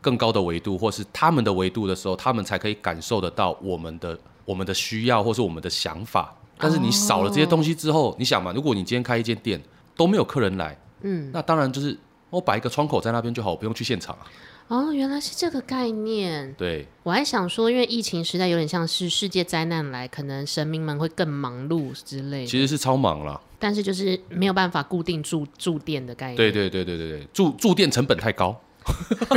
B: 更高的维度，或是他们的维度的时候，他们才可以感受得到我们的我们的需要，或是我们的想法。但是你少了这些东西之后，你想嘛，如果你今天开一间店都没有客人来，
A: 嗯
B: 哦那当然就是我摆一个窗口在那边就好，我不用去现场啊。
A: 哦，原来是这个概念。
B: 对，
A: 我还想说，因为疫情时代有点像是世界灾难来，可能神明们会更忙碌之类
B: 其
A: 的，
B: 实是超忙了。
A: 但是就是没有办法固定住住店的概念。
B: 对对对对对对，住住店成本太高。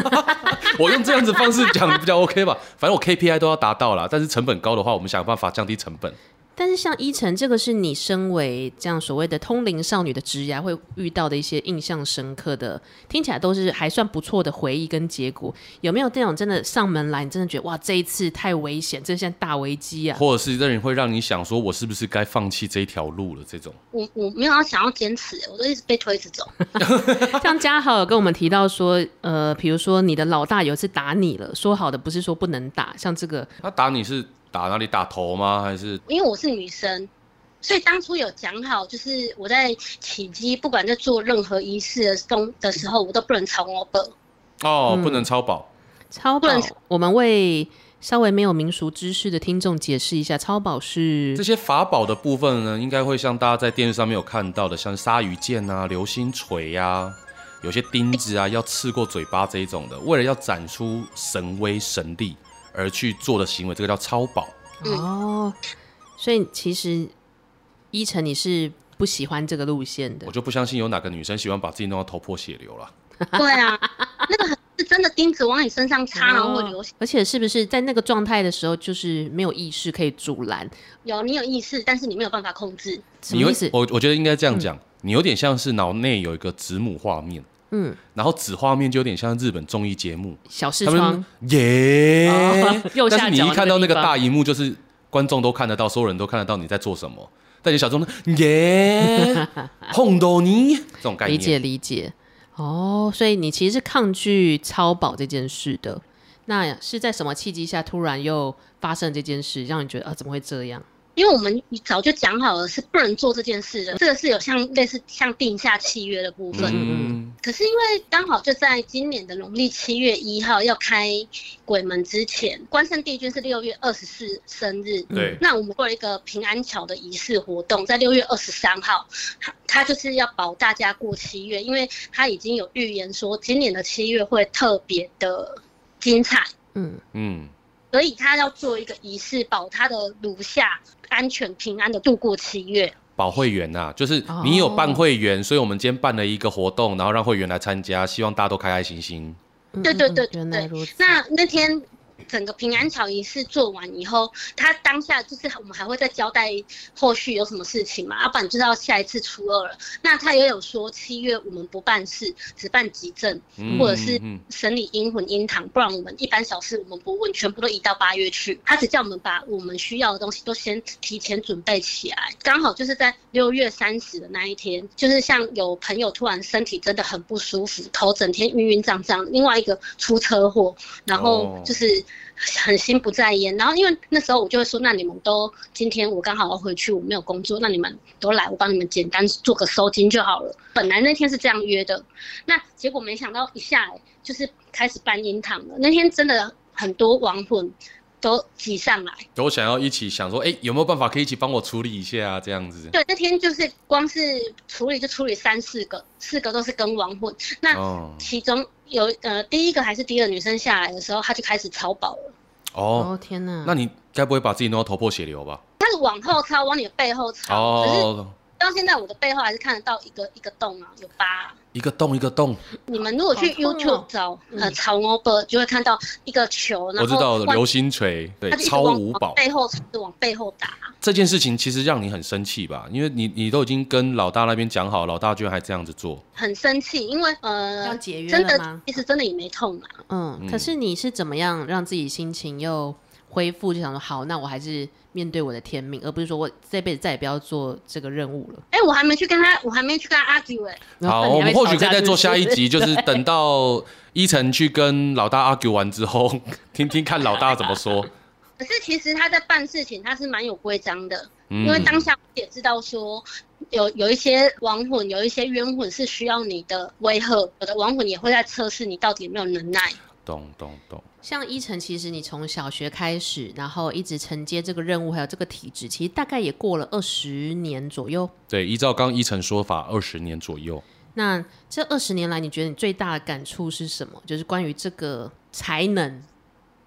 B: 我用这样子方式讲比较 OK 吧，反正我 KPI 都要达到了，但是成本高的话，我们想办法降低成本。
A: 但是像依晨，这个是你身为这样所谓的通灵少女的职涯会遇到的一些印象深刻的，听起来都是还算不错的回忆跟结果。有没有那种真的上门来，你真的觉得哇，这一次太危险，这现在大危机 啊？
B: 或者是让人会让你想说，我是不是该放弃这一条路了？这种
C: 我我没有要想要坚持，我都一直被推着走。
A: 像嘉豪有跟我们提到说，呃，比如说你的老大有一次打你了，说好的不是说不能打，像这个
B: 他打你是打哪里？打头吗？还是
C: 因为我是女生，所以当初有讲好，就是我在起机，不管在做任何仪式的东的时候，我都不能超我本。
B: 哦，
A: 嗯
B: 不能超保？
A: 超宝
C: 对，
A: 我们为稍微没有民俗知识的听众解释一下，超宝是
B: 这些法宝的部分呢，应该会像大家在电视上面有看到的，像鲨鱼剑啊、流星锤啊，有些钉子啊，要刺过嘴巴这一种的，为了要展出神威神力而去做的行为，这个叫超保。
C: 嗯
A: 哦，所以其实依晨你是不喜欢这个路线的
B: 我，就不相信有哪个女生喜欢把自己弄到头破血流了。
C: 对啊，那个很是真的钉子往你身上插，然后会流血。
A: 而且是不是在那个状态的时候，就是没有意识可以阻拦？
C: 有你有意识，但是你没有办法控制。
A: 什
B: 你有
A: 么意思？
B: 我我觉得应该这样讲，你有点像是脑内有一个子母画面，
A: 嗯，
B: 然后子画面就有点像日本综艺节目，
A: 小视
B: 他们
A: 窗，
B: 耶
A: 哦， 右下
B: 但
A: 角
B: 是你一看到那个
A: 那个地方
B: 大荧幕，就是观众都看得到，所有人都看得到你在做什么。但你小众 耶，碰到你这种概
A: 理解
B: 念，
A: 理解。哦，所以你其实是抗拒超保这件事的。那是在什么契机下突然又发生这件事，让你觉得啊怎么会这样？
C: 因为我们早就讲好了是不能做这件事的，这个是有像类似像定下契约的部分。
B: 嗯，
C: 可是因为刚好就在今年的农历七月一号要开鬼门之前，关圣帝君是六月二十四生日，
B: 对，
C: 那我们做了一个平安桥的仪式活动，在六月二十三号，他他就是要保大家过七月，因为他已经有预言说今年的七月会特别的精彩，
A: 嗯，
B: 嗯，
C: 所以他要做一个仪式，保他的炉下安全平安的度过七月。
B: 保会员呐、就是
A: 哦
B: 你有办会员，所以我们今天办了一个活动，然后让会员来参加，希望大家都开开心心。
A: 嗯
C: 对对
A: 嗯嗯
C: 对对
A: 原来如此。
C: 那那天整个平安桥仪式做完以后，他当下就是我们还会再交代后续有什么事情嘛，要啊不然就是要下一次初二了。那他也有说七月我们不办事，只办急诊
B: 嗯
C: 或者是
B: 嗯
C: 审理阴魂阴堂，不然我们一般小事我们不问，全部都移到八月去。他只叫我们把我们需要的东西都先提前准备起来，刚好就是在六月三十的那一天，就是像有朋友突然身体真的很不舒服，头整天晕晕胀胀，另外一个出车祸，然后就是很心不在焉。然后因为那时候我就会说，那你们都今天我刚好要回去，我没有工作，那你们都来，我帮你们简单做个收金就好了。本来那天是这样约的，那结果没想到一下来就是开始办阴堂了。那天真的很多亡魂都挤上来，
B: 我想要一起想说，哎、有没有办法可以一起帮我处理一下、啊、这样子？
C: 对，那天就是光是处理就处理三四个，四个都是跟亡魂。
A: 啊
C: 那
B: 哦
C: 其中有呃第一个还是第二女生下来的时候，她就开始超保了。
B: 哦，
A: 哦天哪，
B: 那你该不会把自己弄到头破血流吧？
C: 她是往后超，往你的背后超，可是
B: 哦，
C: 到现在我的背后还是看得到一个一个洞啊，有疤啊、
B: 一个洞一个洞，
C: 你们如果去
A: 好痛哦
C: YouTube 找呃
A: 嗯
C: 超欧伯，就会看到一个球，然
B: 我知道
C: 后
B: 了
C: 往
B: 流星锤，对
C: 他，就一直
B: 超
C: 往
B: 五宝
C: 背后往背后打。
B: 这件事情其实让你很生气吧？因为你你都已经跟老大那边讲好，老大居然还这样子做，
C: 很生气，因为呃，
A: 要解约
C: 真
A: 了吗
C: 的，其实真的也没痛啊。
A: 嗯，
B: 嗯
A: 可是你是怎么样让自己心情又恢复？就想说好，那我还是面对我的天命，而不是说我这辈子再也不要做这个任务了。
C: 哎、我还没去跟他，我还没去跟他 argue 哎、
A: 然后
B: 好，
A: 你
B: 我
A: 还没
B: 们或许可以
A: 吵
B: 再
A: 架
B: 做下一集，
A: 是
B: 就
A: 不
B: 是
A: 是
B: 等到一晨去跟老大 argue 完之后，听听看老大怎 么说。
C: 可是其实他在办事情，他是蛮有规章的，
B: 嗯
C: 因为当下我也知道说，有有一些亡魂，有一些冤魂是需要你的威吓，有的亡魂也会在测试你到底有没有能耐。
B: 懂懂懂，
A: 像依晨，其实你从小学开始，然后一直承接这个任务，还有这个体制，其实大概也过了二十年左右。
B: 对，依照刚一晨说法，二十年左右，
A: 那这二十年来，你觉得你最大的感触是什么？就是关于这个才能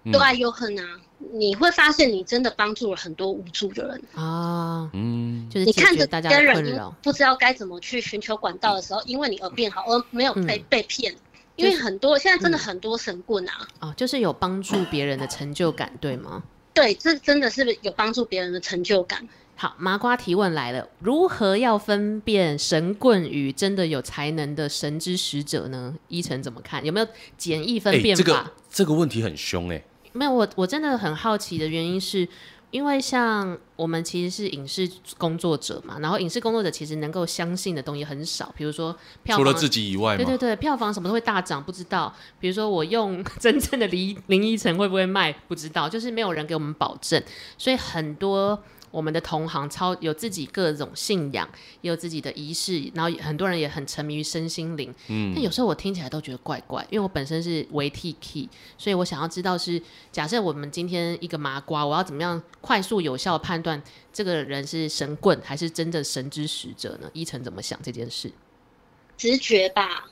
B: 嗯
C: 对啊，有可能啊，你会发现你真的帮助了很多无助的人。
A: 啊，
B: 嗯，
A: 就是
C: 你
A: 解
C: 看
A: 决
C: 着
A: 大家
C: 别
A: 的
C: 人
A: 困
C: 因为
A: 扰。
C: 不知道该怎么去寻求管道的时候，因为你而变好，而没有被、
A: 嗯
C: 被骗。因
A: 就
C: 为
A: 是
C: 很多现在真的
A: 嗯
C: 很多神棍啊，
A: 哦，就是有帮助别人的成就感，对吗？
C: 对，这真的是有帮助别人的成就感。
A: 好，麻瓜提问来了，如何要分辨神棍与真的有才能的神之使者呢？依晨怎么看？有没有简易分
B: 哎，
A: 辨
B: 这
A: 法？
B: 个这个问题很凶哎，
A: 没有，我我真的很好奇的原因是，因为像我们其实是影视工作者嘛，然后影视工作者其实能够相信的东西很少，比如说票
B: 除
A: 房啊
B: 了自己以外
A: 对对
B: 嘛，
A: 对，票房什么都会大涨，不知道。 比如说我用 真正的林林依晨会不会卖，不知道，就是没有人给我们保证，所以很多。我们的同行超有自己各种信仰，也有自己的仪式，然后也很多人也很沉迷于身心灵。嗯，但有时候我听起来都觉得怪怪，因为我本身是维 T K，所以我想要知道是假设我们今天一个麻瓜，我要怎么样快速有效地判断这个人是神棍还是真的神之使者呢？依晨怎么想这件事？
C: 直觉吧。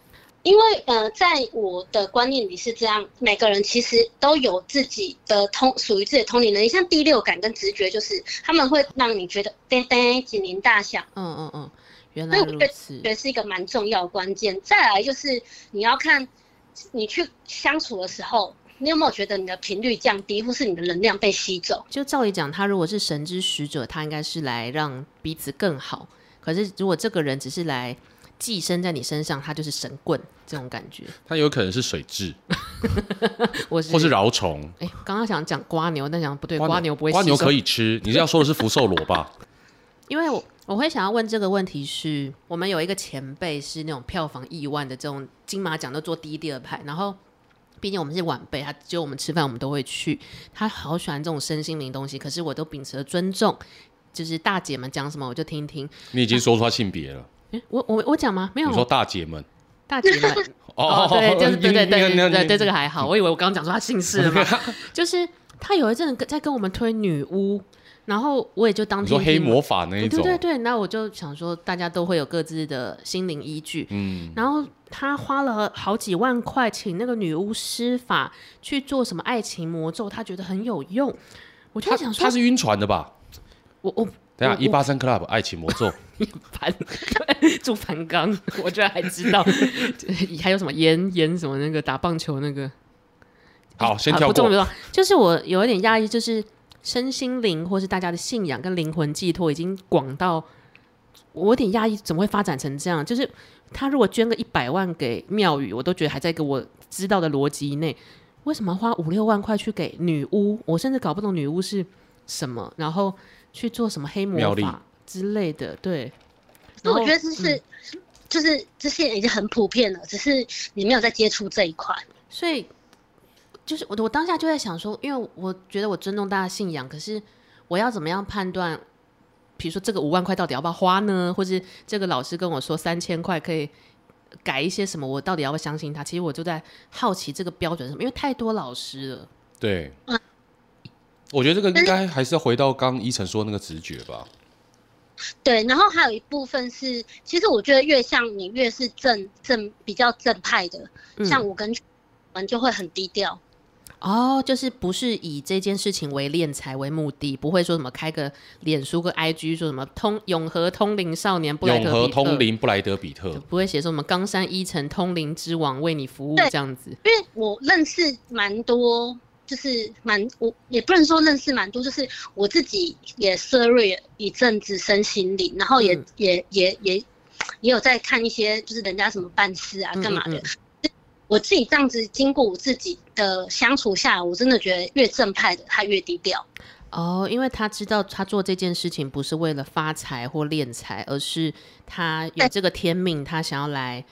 C: 因为呃，在我的观念里是这样，每个人其实都有自己的通，属于自己的通灵能力，像第六感跟直觉，就是他们会让你觉得噔噔警铃大响，
A: 嗯嗯嗯，原
C: 所
A: 来
C: 以我
A: 如
C: 觉得
A: 此
C: 觉。得是一个蛮重要的关键。再来就是你要看你去相处的时候，你有没有觉得你的频率降低，或是你的能量被吸走？
A: 就照理讲，他如果是神之使者，他应该是来让彼此更好。可是如果这个人只是来寄生在你身上，他就是神棍这种感觉。
B: 它有可能是水蛭
A: 我是
B: 或是饶虫。
A: 哎，刚刚想讲瓜牛，但想不对，
B: 瓜
A: 瓜牛不会
B: 瓜牛
A: 吸收
B: 可以吃，你是要说的是福寿螺吧？
A: 因为我我会想要问这个问题是，我们有一个前辈是那种票房亿万的这种金马奖都坐第一、第二排，然后毕竟我们是晚辈，他只有我们吃饭我们都会去，他好喜欢这种身心灵东西，可是我都秉持了尊重，就是大姐们讲什么我就听 听。
B: 你已经说出他性别了，
A: 诶我我我讲吗？没有
B: 你，说大姐们
A: 大姐们。哦，对， 就是对对对对对对，这个还好。我以为我刚刚讲说他姓氏了嘛，就是他有一阵子在跟我们推女巫，然后我也就当
B: 你说
A: 听
B: 黑
A: 听嘛
B: 魔法那一
A: 哦对
B: 种，
A: 对对，那我就想说，大家都会有各自的心灵依据。
B: 嗯，
A: 然后他花了好几万块请那个女巫施法去做什么爱情魔咒，他觉得很有用。我就
B: 他
A: 在想说
B: 他，是晕船的吧？
A: 我我
B: 等一
A: 我
B: 下一八三 club 爱情魔 咒，
A: 凡住梵刚，我居然还知 道，还有什么演演什么那个打棒球那个，
B: 哎好，先
A: 啊
B: 跳
A: 不重
B: 过。
A: 要，不重要就是我有一点压抑，就是身心灵或是大家的信仰跟灵魂寄托已经广到，我有点压抑，怎么会发展成这样？就是他如果捐个一百万给庙宇，我都觉得还在一个我知道的逻辑内，为什么要花五六万块去给女巫？我甚至搞不懂女巫是什么，然后去做什么黑
B: 妙
A: 魔
B: 力
A: 法之类的，对。
C: 所以
A: 然
C: 我
A: 后
C: 觉得这是、就是这些已经很普遍了，只是你没有在接触这一块。
A: 所以就是我我当下就在想说，因为我觉得我尊重大家信仰，可是我要怎么样判断？比如说这个五万块到底要不要花呢？或是这个老师跟我说三千块可以改一些什么，我到底要不要相信他？其实我就在好奇这个标准是什么，因为太多老师了。
B: 对，我觉得这个应该还是要回到刚依晨说那个直觉吧。
C: 对，然后还有一部分是，其实我觉得越像你越是正正比较正派的，
A: 嗯
C: 像我跟我们就会很低调。
A: 哦，就是不是以这件事情为敛财为目的，不会说什么开个脸书个 IG 说什么通永和通灵少年布莱
B: 永
A: 德
B: 和
A: 比特
B: 通灵布莱德比
A: 就
B: 特，
A: 不会写说什么冈山一城通灵之王为你服务
C: 对
A: 这样子。
C: 因为我认识蛮多，就是蛮我也不能说认识蛮多，就是我自己也涉略一阵子身心灵，然后也、
A: 嗯
C: 也也也也有在看一些就是人家什么办事啊
A: 嗯
C: 干嘛的。
A: 嗯
C: 我自己这样子经过我自己的相处下来，我真的觉得越正派的他越低调。
A: 哦，因为他知道他做这件事情不是为了发财或敛财，而是他有
C: 对
A: 这个天命，他想要来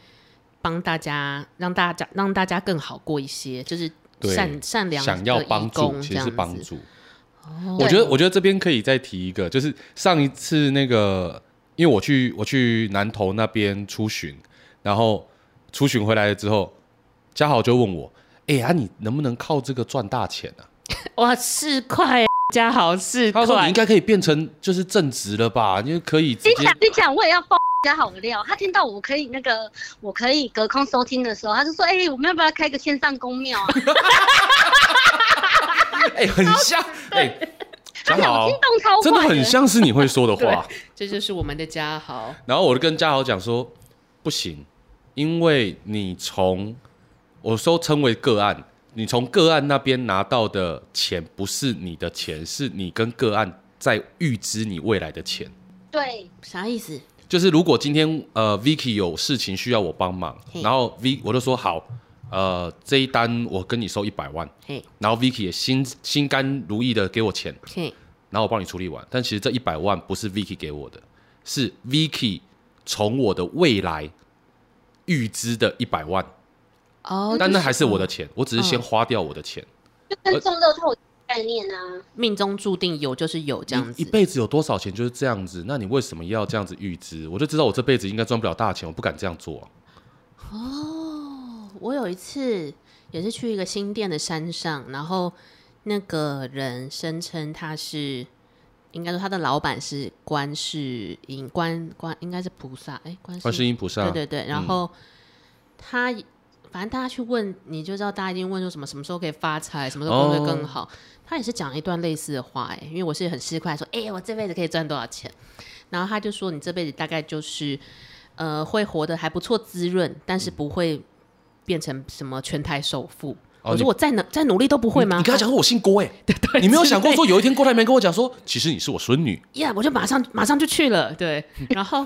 A: 帮大家，让大家让大家更好过一些，就是
B: 对
A: 善善良
B: 想要
A: 的义
B: 帮助
A: 工
B: 其
A: 这
B: 实是
A: 样
B: 帮
A: 子。
B: 助。
A: 哦
B: 我觉得，我觉得这边可以再提一个，就是上一次那个，因为我去我去南投那边出巡，然后出巡回来了之后，嘉豪就问我：“哎、呀、你能不能靠这个赚大钱啊
A: 哇，啊四块加好四？”
B: 他说：“你
A: 块
B: 应，该可以变成就是正职了吧？因为可以直
C: 你
B: 接
C: 讲你讲，我也要报加好料，他听到我可以那个，我可以隔空收听的时候，他就说：“哎、我们要不要开个线上公庙啊？”
B: 哎、很像，哎、
C: 他
B: 嘉豪
C: 脑筋动超快，
B: 真的很。像是你会说的话。
A: 这就是我们的家豪。
B: 然后我就跟嘉豪讲说，不行，因为你从我说称为个案，你从个案那边拿到的钱不是你的钱，是你跟个案在预支你未来的钱。
C: 对，
A: 啥意思？
B: 就是如果今天呃 Vicky 有事情需要我帮忙，
A: 嘿
B: 然后 V 我就说好，呃这一单我跟你收一百万，
A: 嘿，
B: 然后 Vicky 也心心甘如意的给我钱，
A: 嘿，
B: 然后我帮你处理完。但其实这一百万不是 Vicky 给我的，是 Vicky 从我的未来预支的一百万，
A: 哦，
B: 但
A: 就嗯
B: 那还是我嗯的钱，我只是先花掉我的钱。
C: 就跟中乐透概念啊，
A: 命中注定有就是有这样
B: 你一
A: 子。
B: 辈子有多少钱就是这样子，那你为什么要这样子预支？我就知道我这辈子应该赚不了大钱，我不敢这样做啊、
A: 哦，我有一次也是去一个新店的山上，然后那个人声称他是，应该说他的老板是观世音观观，应该是菩萨，哎，观世
B: 观世音菩萨，
A: 对对对，然后他、反正大家去问，你就知道大家一定问说什么什么时候可以发财，什么时候工作
B: 哦
A: 更好。他也是讲了一段类似的话、哎，因为我是很市侩说，哎、我这辈子可以赚多少钱？然后他就说，你这辈子大概就是呃会活得还不错滋润，但
B: 嗯
A: 是不会变成什么全台首富。
B: 哦
A: 我
B: 你
A: 说我再努再努力都不会吗？
B: 你跟他讲说我 姓郭哎、你没有想过说有一天郭台铭跟我讲说，其实你是我孙女，
A: 呀我就马上马上就去了。对，然后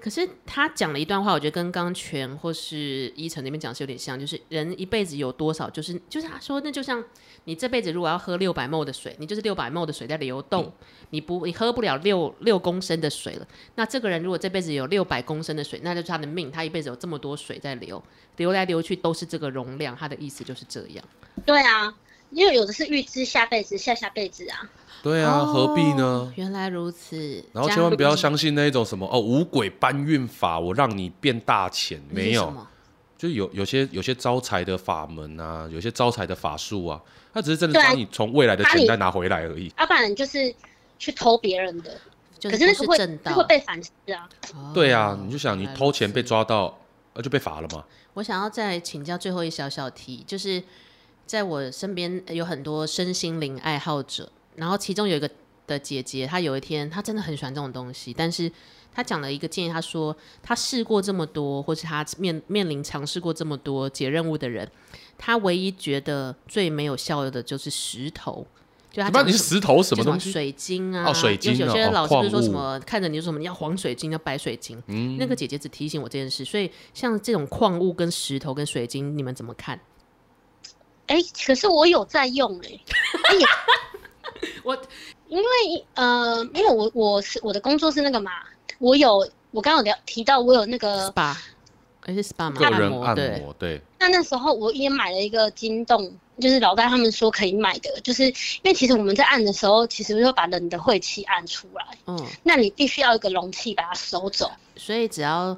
A: 可是他讲了一段话，我觉得跟刚刚全或是依晨那边讲是有点像，就是人一辈子有多少，就是就是他说那就像你这辈子如果要喝六百 ml 的水，你就是六百 ml 的水在流动，你不你喝不了六六公升的水了。那这个人如果这辈子有六百公升的水，那就是他的命，他一辈子有这么多水在流，流来流去都是这个容量。他的意思就是这样。
C: 对啊，因为有的是预知下辈子、下下辈子啊。
B: 对啊，何必呢
A: 哦？？原来如此。
B: 然后
A: 加
B: 千万不要
A: 入
B: 相信那一种什么哦五鬼搬运法，我让你变大钱，
A: 那是
B: 没
A: 什
B: 有，
A: 么
B: 就有有些有些招财的法门啊，有些招财的法术啊，他只是真的
C: 对啊
B: 把你从未来的
C: 把
B: 钱
C: 你
B: 再拿回来而已。
C: 要、啊不然就是去偷别人的，
A: 就
C: 可是那
A: 不
C: 个
A: 是
C: 会
A: 正
C: 那
A: 道
C: 个会被反噬啊。
B: 对啊，你就想你
A: 哦原来
B: 偷
A: 如
B: 钱被
A: 此
B: 抓到，呃就被罚了嘛。
A: 我想要再请教最后一小小题，就是在我身边有很多身心灵爱好者，然后其中有一个的姐姐，她有一天她真的很喜欢这种东西，但是她讲了一个建议，她说她试过这么多，或是她面面临尝试过这么多解任务的人，她唯一觉得最没有效的就是石头。就她
B: 不然
A: 讲
B: 你
A: 什
B: 是
A: 么
B: 石头什么
A: 就
B: 东西？
A: 水晶啊，
B: 哦水晶
A: 有有
B: 哦
A: 些
B: 哦
A: 老师不是
B: 矿
A: 说什
B: 物嗯
A: 么看着你就说什么你要黄水晶，要白水晶。那个姐姐只提醒我这件事，所以像这种矿物跟石头跟水晶，你们怎么看？
C: 哎、可是我有在用哎、
A: 我
C: 因为呃，因为我我是我的工作是那个嘛，我有我刚刚有聊提到我有那个，
A: SPA，而且 SPA 嘛，
B: 个人
A: 摩
B: 按
A: 对，
B: 摩，对，
C: 那那时候我也买了一个金洞，就是老大他们说可以买的，就是因为其实我们在按的时候，其实就把人的晦气按出来，
A: 嗯，
C: 那你必须要有一个容器把它收走。
A: 所以只要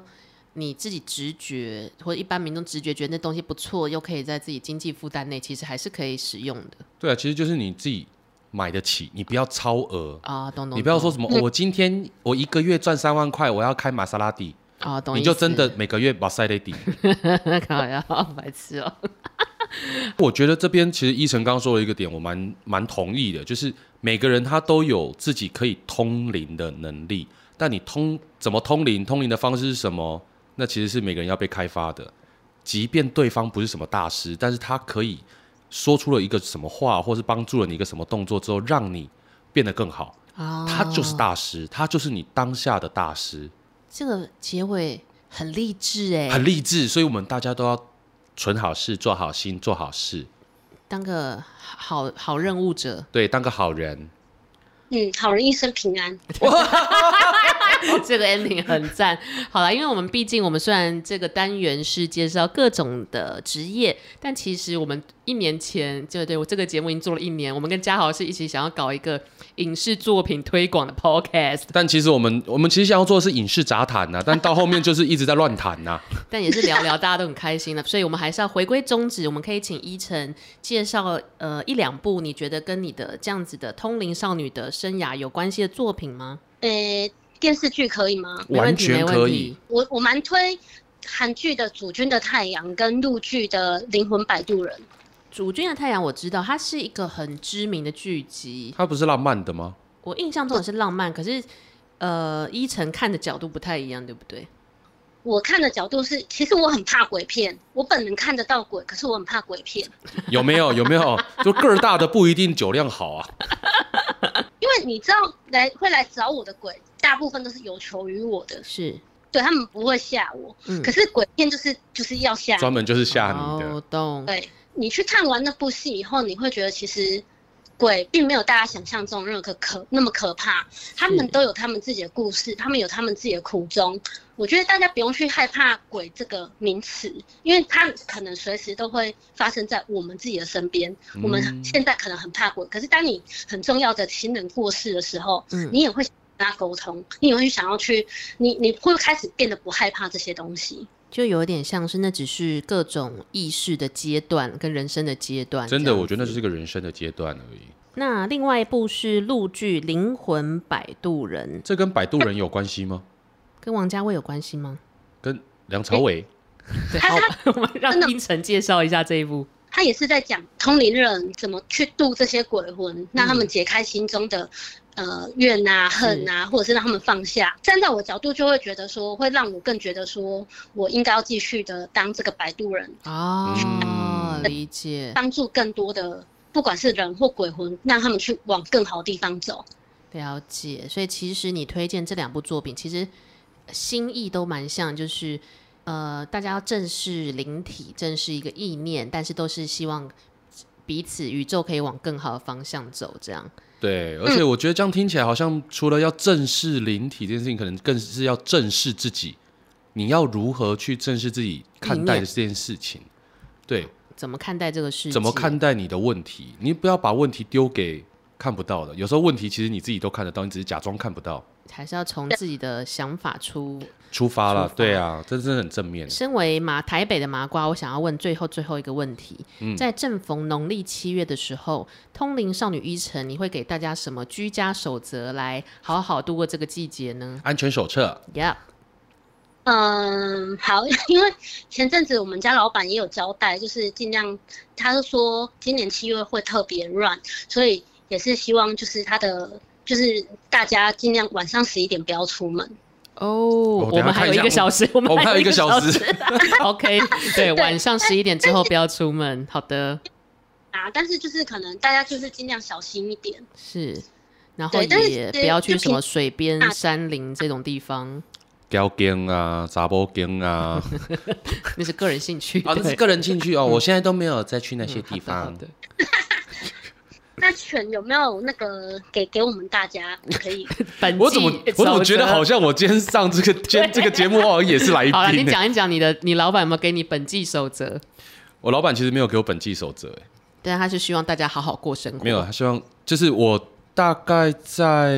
A: 你自己直觉或者一般民众直觉觉得那东西不错，又可以在自己经济负担内，其实还是可以使用的
B: 对啊，其实就是你自己买得起，你不要超额。
A: 啊。懂懂，
B: 你不要
A: 懂
B: 说什么，哦我今天我一个月赚三万块，我要开玛莎拉蒂，
A: 啊，懂意
B: 你
A: 思，
B: 就 真的每个月玛莎拉蒂。
A: 搞呀，白痴哦，
B: 我觉得这边其实依晨刚刚说了一个点，我蛮蛮同意的，就是每个人他都有自己可以通灵的能力，但你通怎么通灵，通灵的方式是什么？那其实是每个人要被开发的。即便对方不是什么大师，但是他可以说出了一个什么话，或是帮助了你一个什么动作之后，让你变得更好。
A: 啊，
B: 他就是大师，他就是你当下的大师，
A: 这个结尾很励志哎，
B: 很励志。所以我们大家都要存好事，做好心，做好事，
A: 当个好好任务者，
B: 对，当个好人。
C: 嗯，好人一生平安。
A: 这个 ending 很赞。好了，因为我们毕竟我们虽然这个单元是介绍各种的职业，但其实我们一年前就对我这个节目已经做了一年，我们跟嘉豪是一起想要搞一个影视作品推广的 podcast，
B: 但其实我们我们其实想要做的是影视杂谈呐、但到后面就是一直在乱谈啊呐、
A: 但也是聊聊大家都很开心的，所以我们还是要回归宗旨，我们可以请依晨介绍呃一两部你觉得跟你的这样子的通灵少女的生涯有关系的作品吗？
C: 呃，电视剧可以吗？
A: 没问
B: 完
A: 题
B: 全
A: 没
B: 可
A: 问
B: 以
A: 题。
C: 我我蛮推韩剧的《主君的太阳》跟陆剧的《灵魂摆渡人》。
A: 主君的太阳我知道，它是一个很知名的剧集，
B: 它不是浪漫的吗？
A: 我印象中也是浪漫，可是呃，依晨看的角度不太一样，对不对？
C: 我看的角度是，其实我很怕鬼片，我本人看得到鬼，可是我很怕鬼片，
B: 有没有？有没有？就个儿大的不一定酒量好啊。
C: 因为你知道来会来找我的鬼，大部分都是有求于我的，
A: 是，
C: 对他们不会吓我，
A: 嗯
C: 可，是鬼片就是就是要吓你
B: 专门就是吓你的。
A: 哦，懂，
C: 对你去看完那部戏以后，你会觉得其实鬼并没有大家想象中那个可那么可怕，他们都有他们自己的故事，他们有他们自己的苦衷。我觉得大家不用去害怕“鬼”这个名词，因为它可能随时都会发生在我们自己的身边。
B: 嗯
C: 我们现在可能很怕鬼，可是当你很重要的亲人过世的时候，
A: 嗯
C: 你也会想跟他沟通，你也会想要去，你你会开始变得不害怕这些东西。
A: 就有点像是那只是各种意识的阶段跟人生的阶段。
B: 真
A: 这
B: 的，
A: 样
B: 我觉得那
A: 子
B: 就是个人生的阶段而已。
A: 那另外一部是陆剧《灵魂摆渡人》，
B: 这跟摆渡人有关 系吗？
A: 跟王家卫有关系吗？
B: 跟梁朝
A: 哎
B: 伟？
A: 对，
C: 他
A: 好， 我们让
C: 真的
A: 依晨介绍一下这一部。
C: 他也是在讲通灵人怎么去渡这些鬼魂，让他们解开心中的呃怨啊、恨啊，或者是让他们放下。站在我角度，就会觉得说，会让我更觉得说我应该要继续的当这个摆渡人，
A: 哦，
B: 嗯
A: 理解。
C: 帮助更多的不管是人或鬼魂，让他们去往更好的地方走。
A: 了解，所以其实你推荐这两部作品，其实心意都蛮像，就是呃，大家要正视灵体，正视一个意念，但是都是希望彼此宇宙可以往更好的方向走，这样。
B: 对，而
A: 嗯
B: 且我觉得这样听起来好像除了要正视灵体这件事情，可能更是要正视自己。你要如何去正视自己看待的这件事情？对，
A: 怎么看待这个世界？
B: 怎么看？待你的问题？你不要把问题丢给看不到的。有时候问题其实你自己都看得到，你只是假装看不到。
A: 还是要从自己的想法出。
B: 出发了，
A: 出发
B: 对啊，这真的很正面。
A: 身为麻台北的麻瓜，我想要问最后最后一个问题：
B: 嗯
A: 在正逢农历七月的时候，通灵少女依晨，你会给大家什么居家守则来好好度过这个季节呢
B: 安全手册，
A: ？Yeah。
C: 嗯，好， 因为前阵子我们家老板也有交代，就是尽量，他就说今年七月会特别乱，所以也是希望就是他的就是大家尽量晚上十一点不要出门。
A: 哦，
B: 等
A: 我
B: 一下
A: 们还有
B: 看一
A: 一
B: 下
A: 个小时，我们
B: 我们还有一个小时
A: 时。OK，对，晚上十一点之后不要出门。好的，
C: 啊，但是就是可能大家就是尽量小心一点，
A: 是，然后
C: 对但是
A: 也不
C: 其实
A: 要去
C: 就
A: 什
C: 平
A: 么水边
C: 啊、
A: 山林这种地方，
B: 雕羹啊，杂波 羹啊，
A: 那是个人兴趣。
B: 啊，这是
A: 对
B: 个人兴趣哦。我现在都没有再去那些
A: 嗯好
B: 地
A: 的好
B: 方。
A: 的
C: 那犬有没有那个给给我们大家可以？
A: 本
B: 我怎么
A: 季
B: 我怎么觉得
A: 守则
B: 好像我今天 上这个今天这个节目，我好像啊也是来
A: 好了，你
B: 宾欸呢。
A: 讲一讲你的，你老板有没有给你本季守则？
B: 我老板其实没有给我本季守则，哎
A: 但他是希望大家好好过生活。
B: 没有，他希望就是我大概在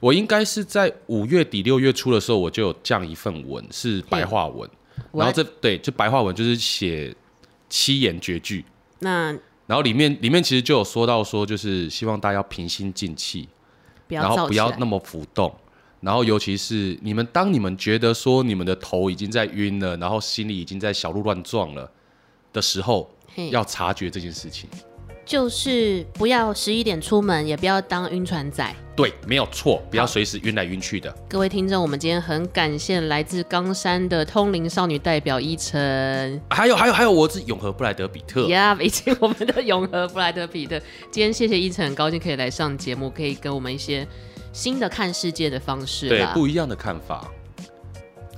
B: 我应该是在五月底六月初的时候，我就有降一份文，是白话文，然后这对就白话文就是写七言绝句，
A: 那
B: 然后里面里面其实就有说到说，就是希望大家要平心静气，
A: 不要
B: 然后
A: 燥
B: 不
A: 起
B: 要
A: 来
B: 那么浮动。然后，尤其是你们，当你们觉得说你们的头已经在晕了，然后心里已经在小鹿乱撞了的时候，
A: 嘿
B: 要察觉这件事情。
A: 就是不要十一点出门，也不要当晕船仔。
B: 对，没有错，不要随时晕来晕去的。
A: 各位听众，我们今天很感谢来自冈山的通灵少女代表依晨，
B: 还有，还有，还有，我是永和布莱德比特。
A: 呀，以及我们的永和布莱德彼特。今天谢谢依晨，很高兴可以来上节目，可以给我们一些新的看世界的方式
B: 对，
A: 啦。
B: 不一样的看法。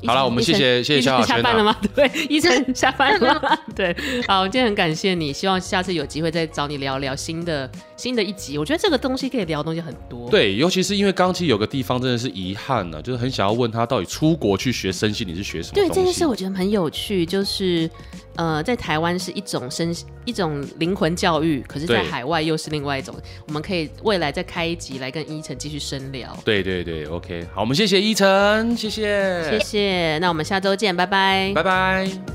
A: 依晨
B: 好啦我们
A: 依晨
B: 谢谢谢谢
A: 依晨
B: 萧亚轩啊
A: 下班了吗？ 对，依晨下班了吗？ 对，好，今天很感谢你，希望下次有机会再找你聊聊新的新的一集。我觉得这个东西可以聊的东西很多。
B: 对，尤其是因为刚刚其实有个地方真的是遗憾呢、就是很想要问他到底出国去学身心，你是学什么
A: 对
B: 东西？
A: 这件事，我觉得很有趣，就是呃，在台湾是一种身一种灵魂教育，可是，在
B: 对
A: 海外又是另外一种。我们可以未来再开一集来跟依晨继续深聊。
B: 对对对，OK。好，我们谢谢依晨，谢谢，
A: 谢谢，那我们下周见，拜拜。
B: 拜拜。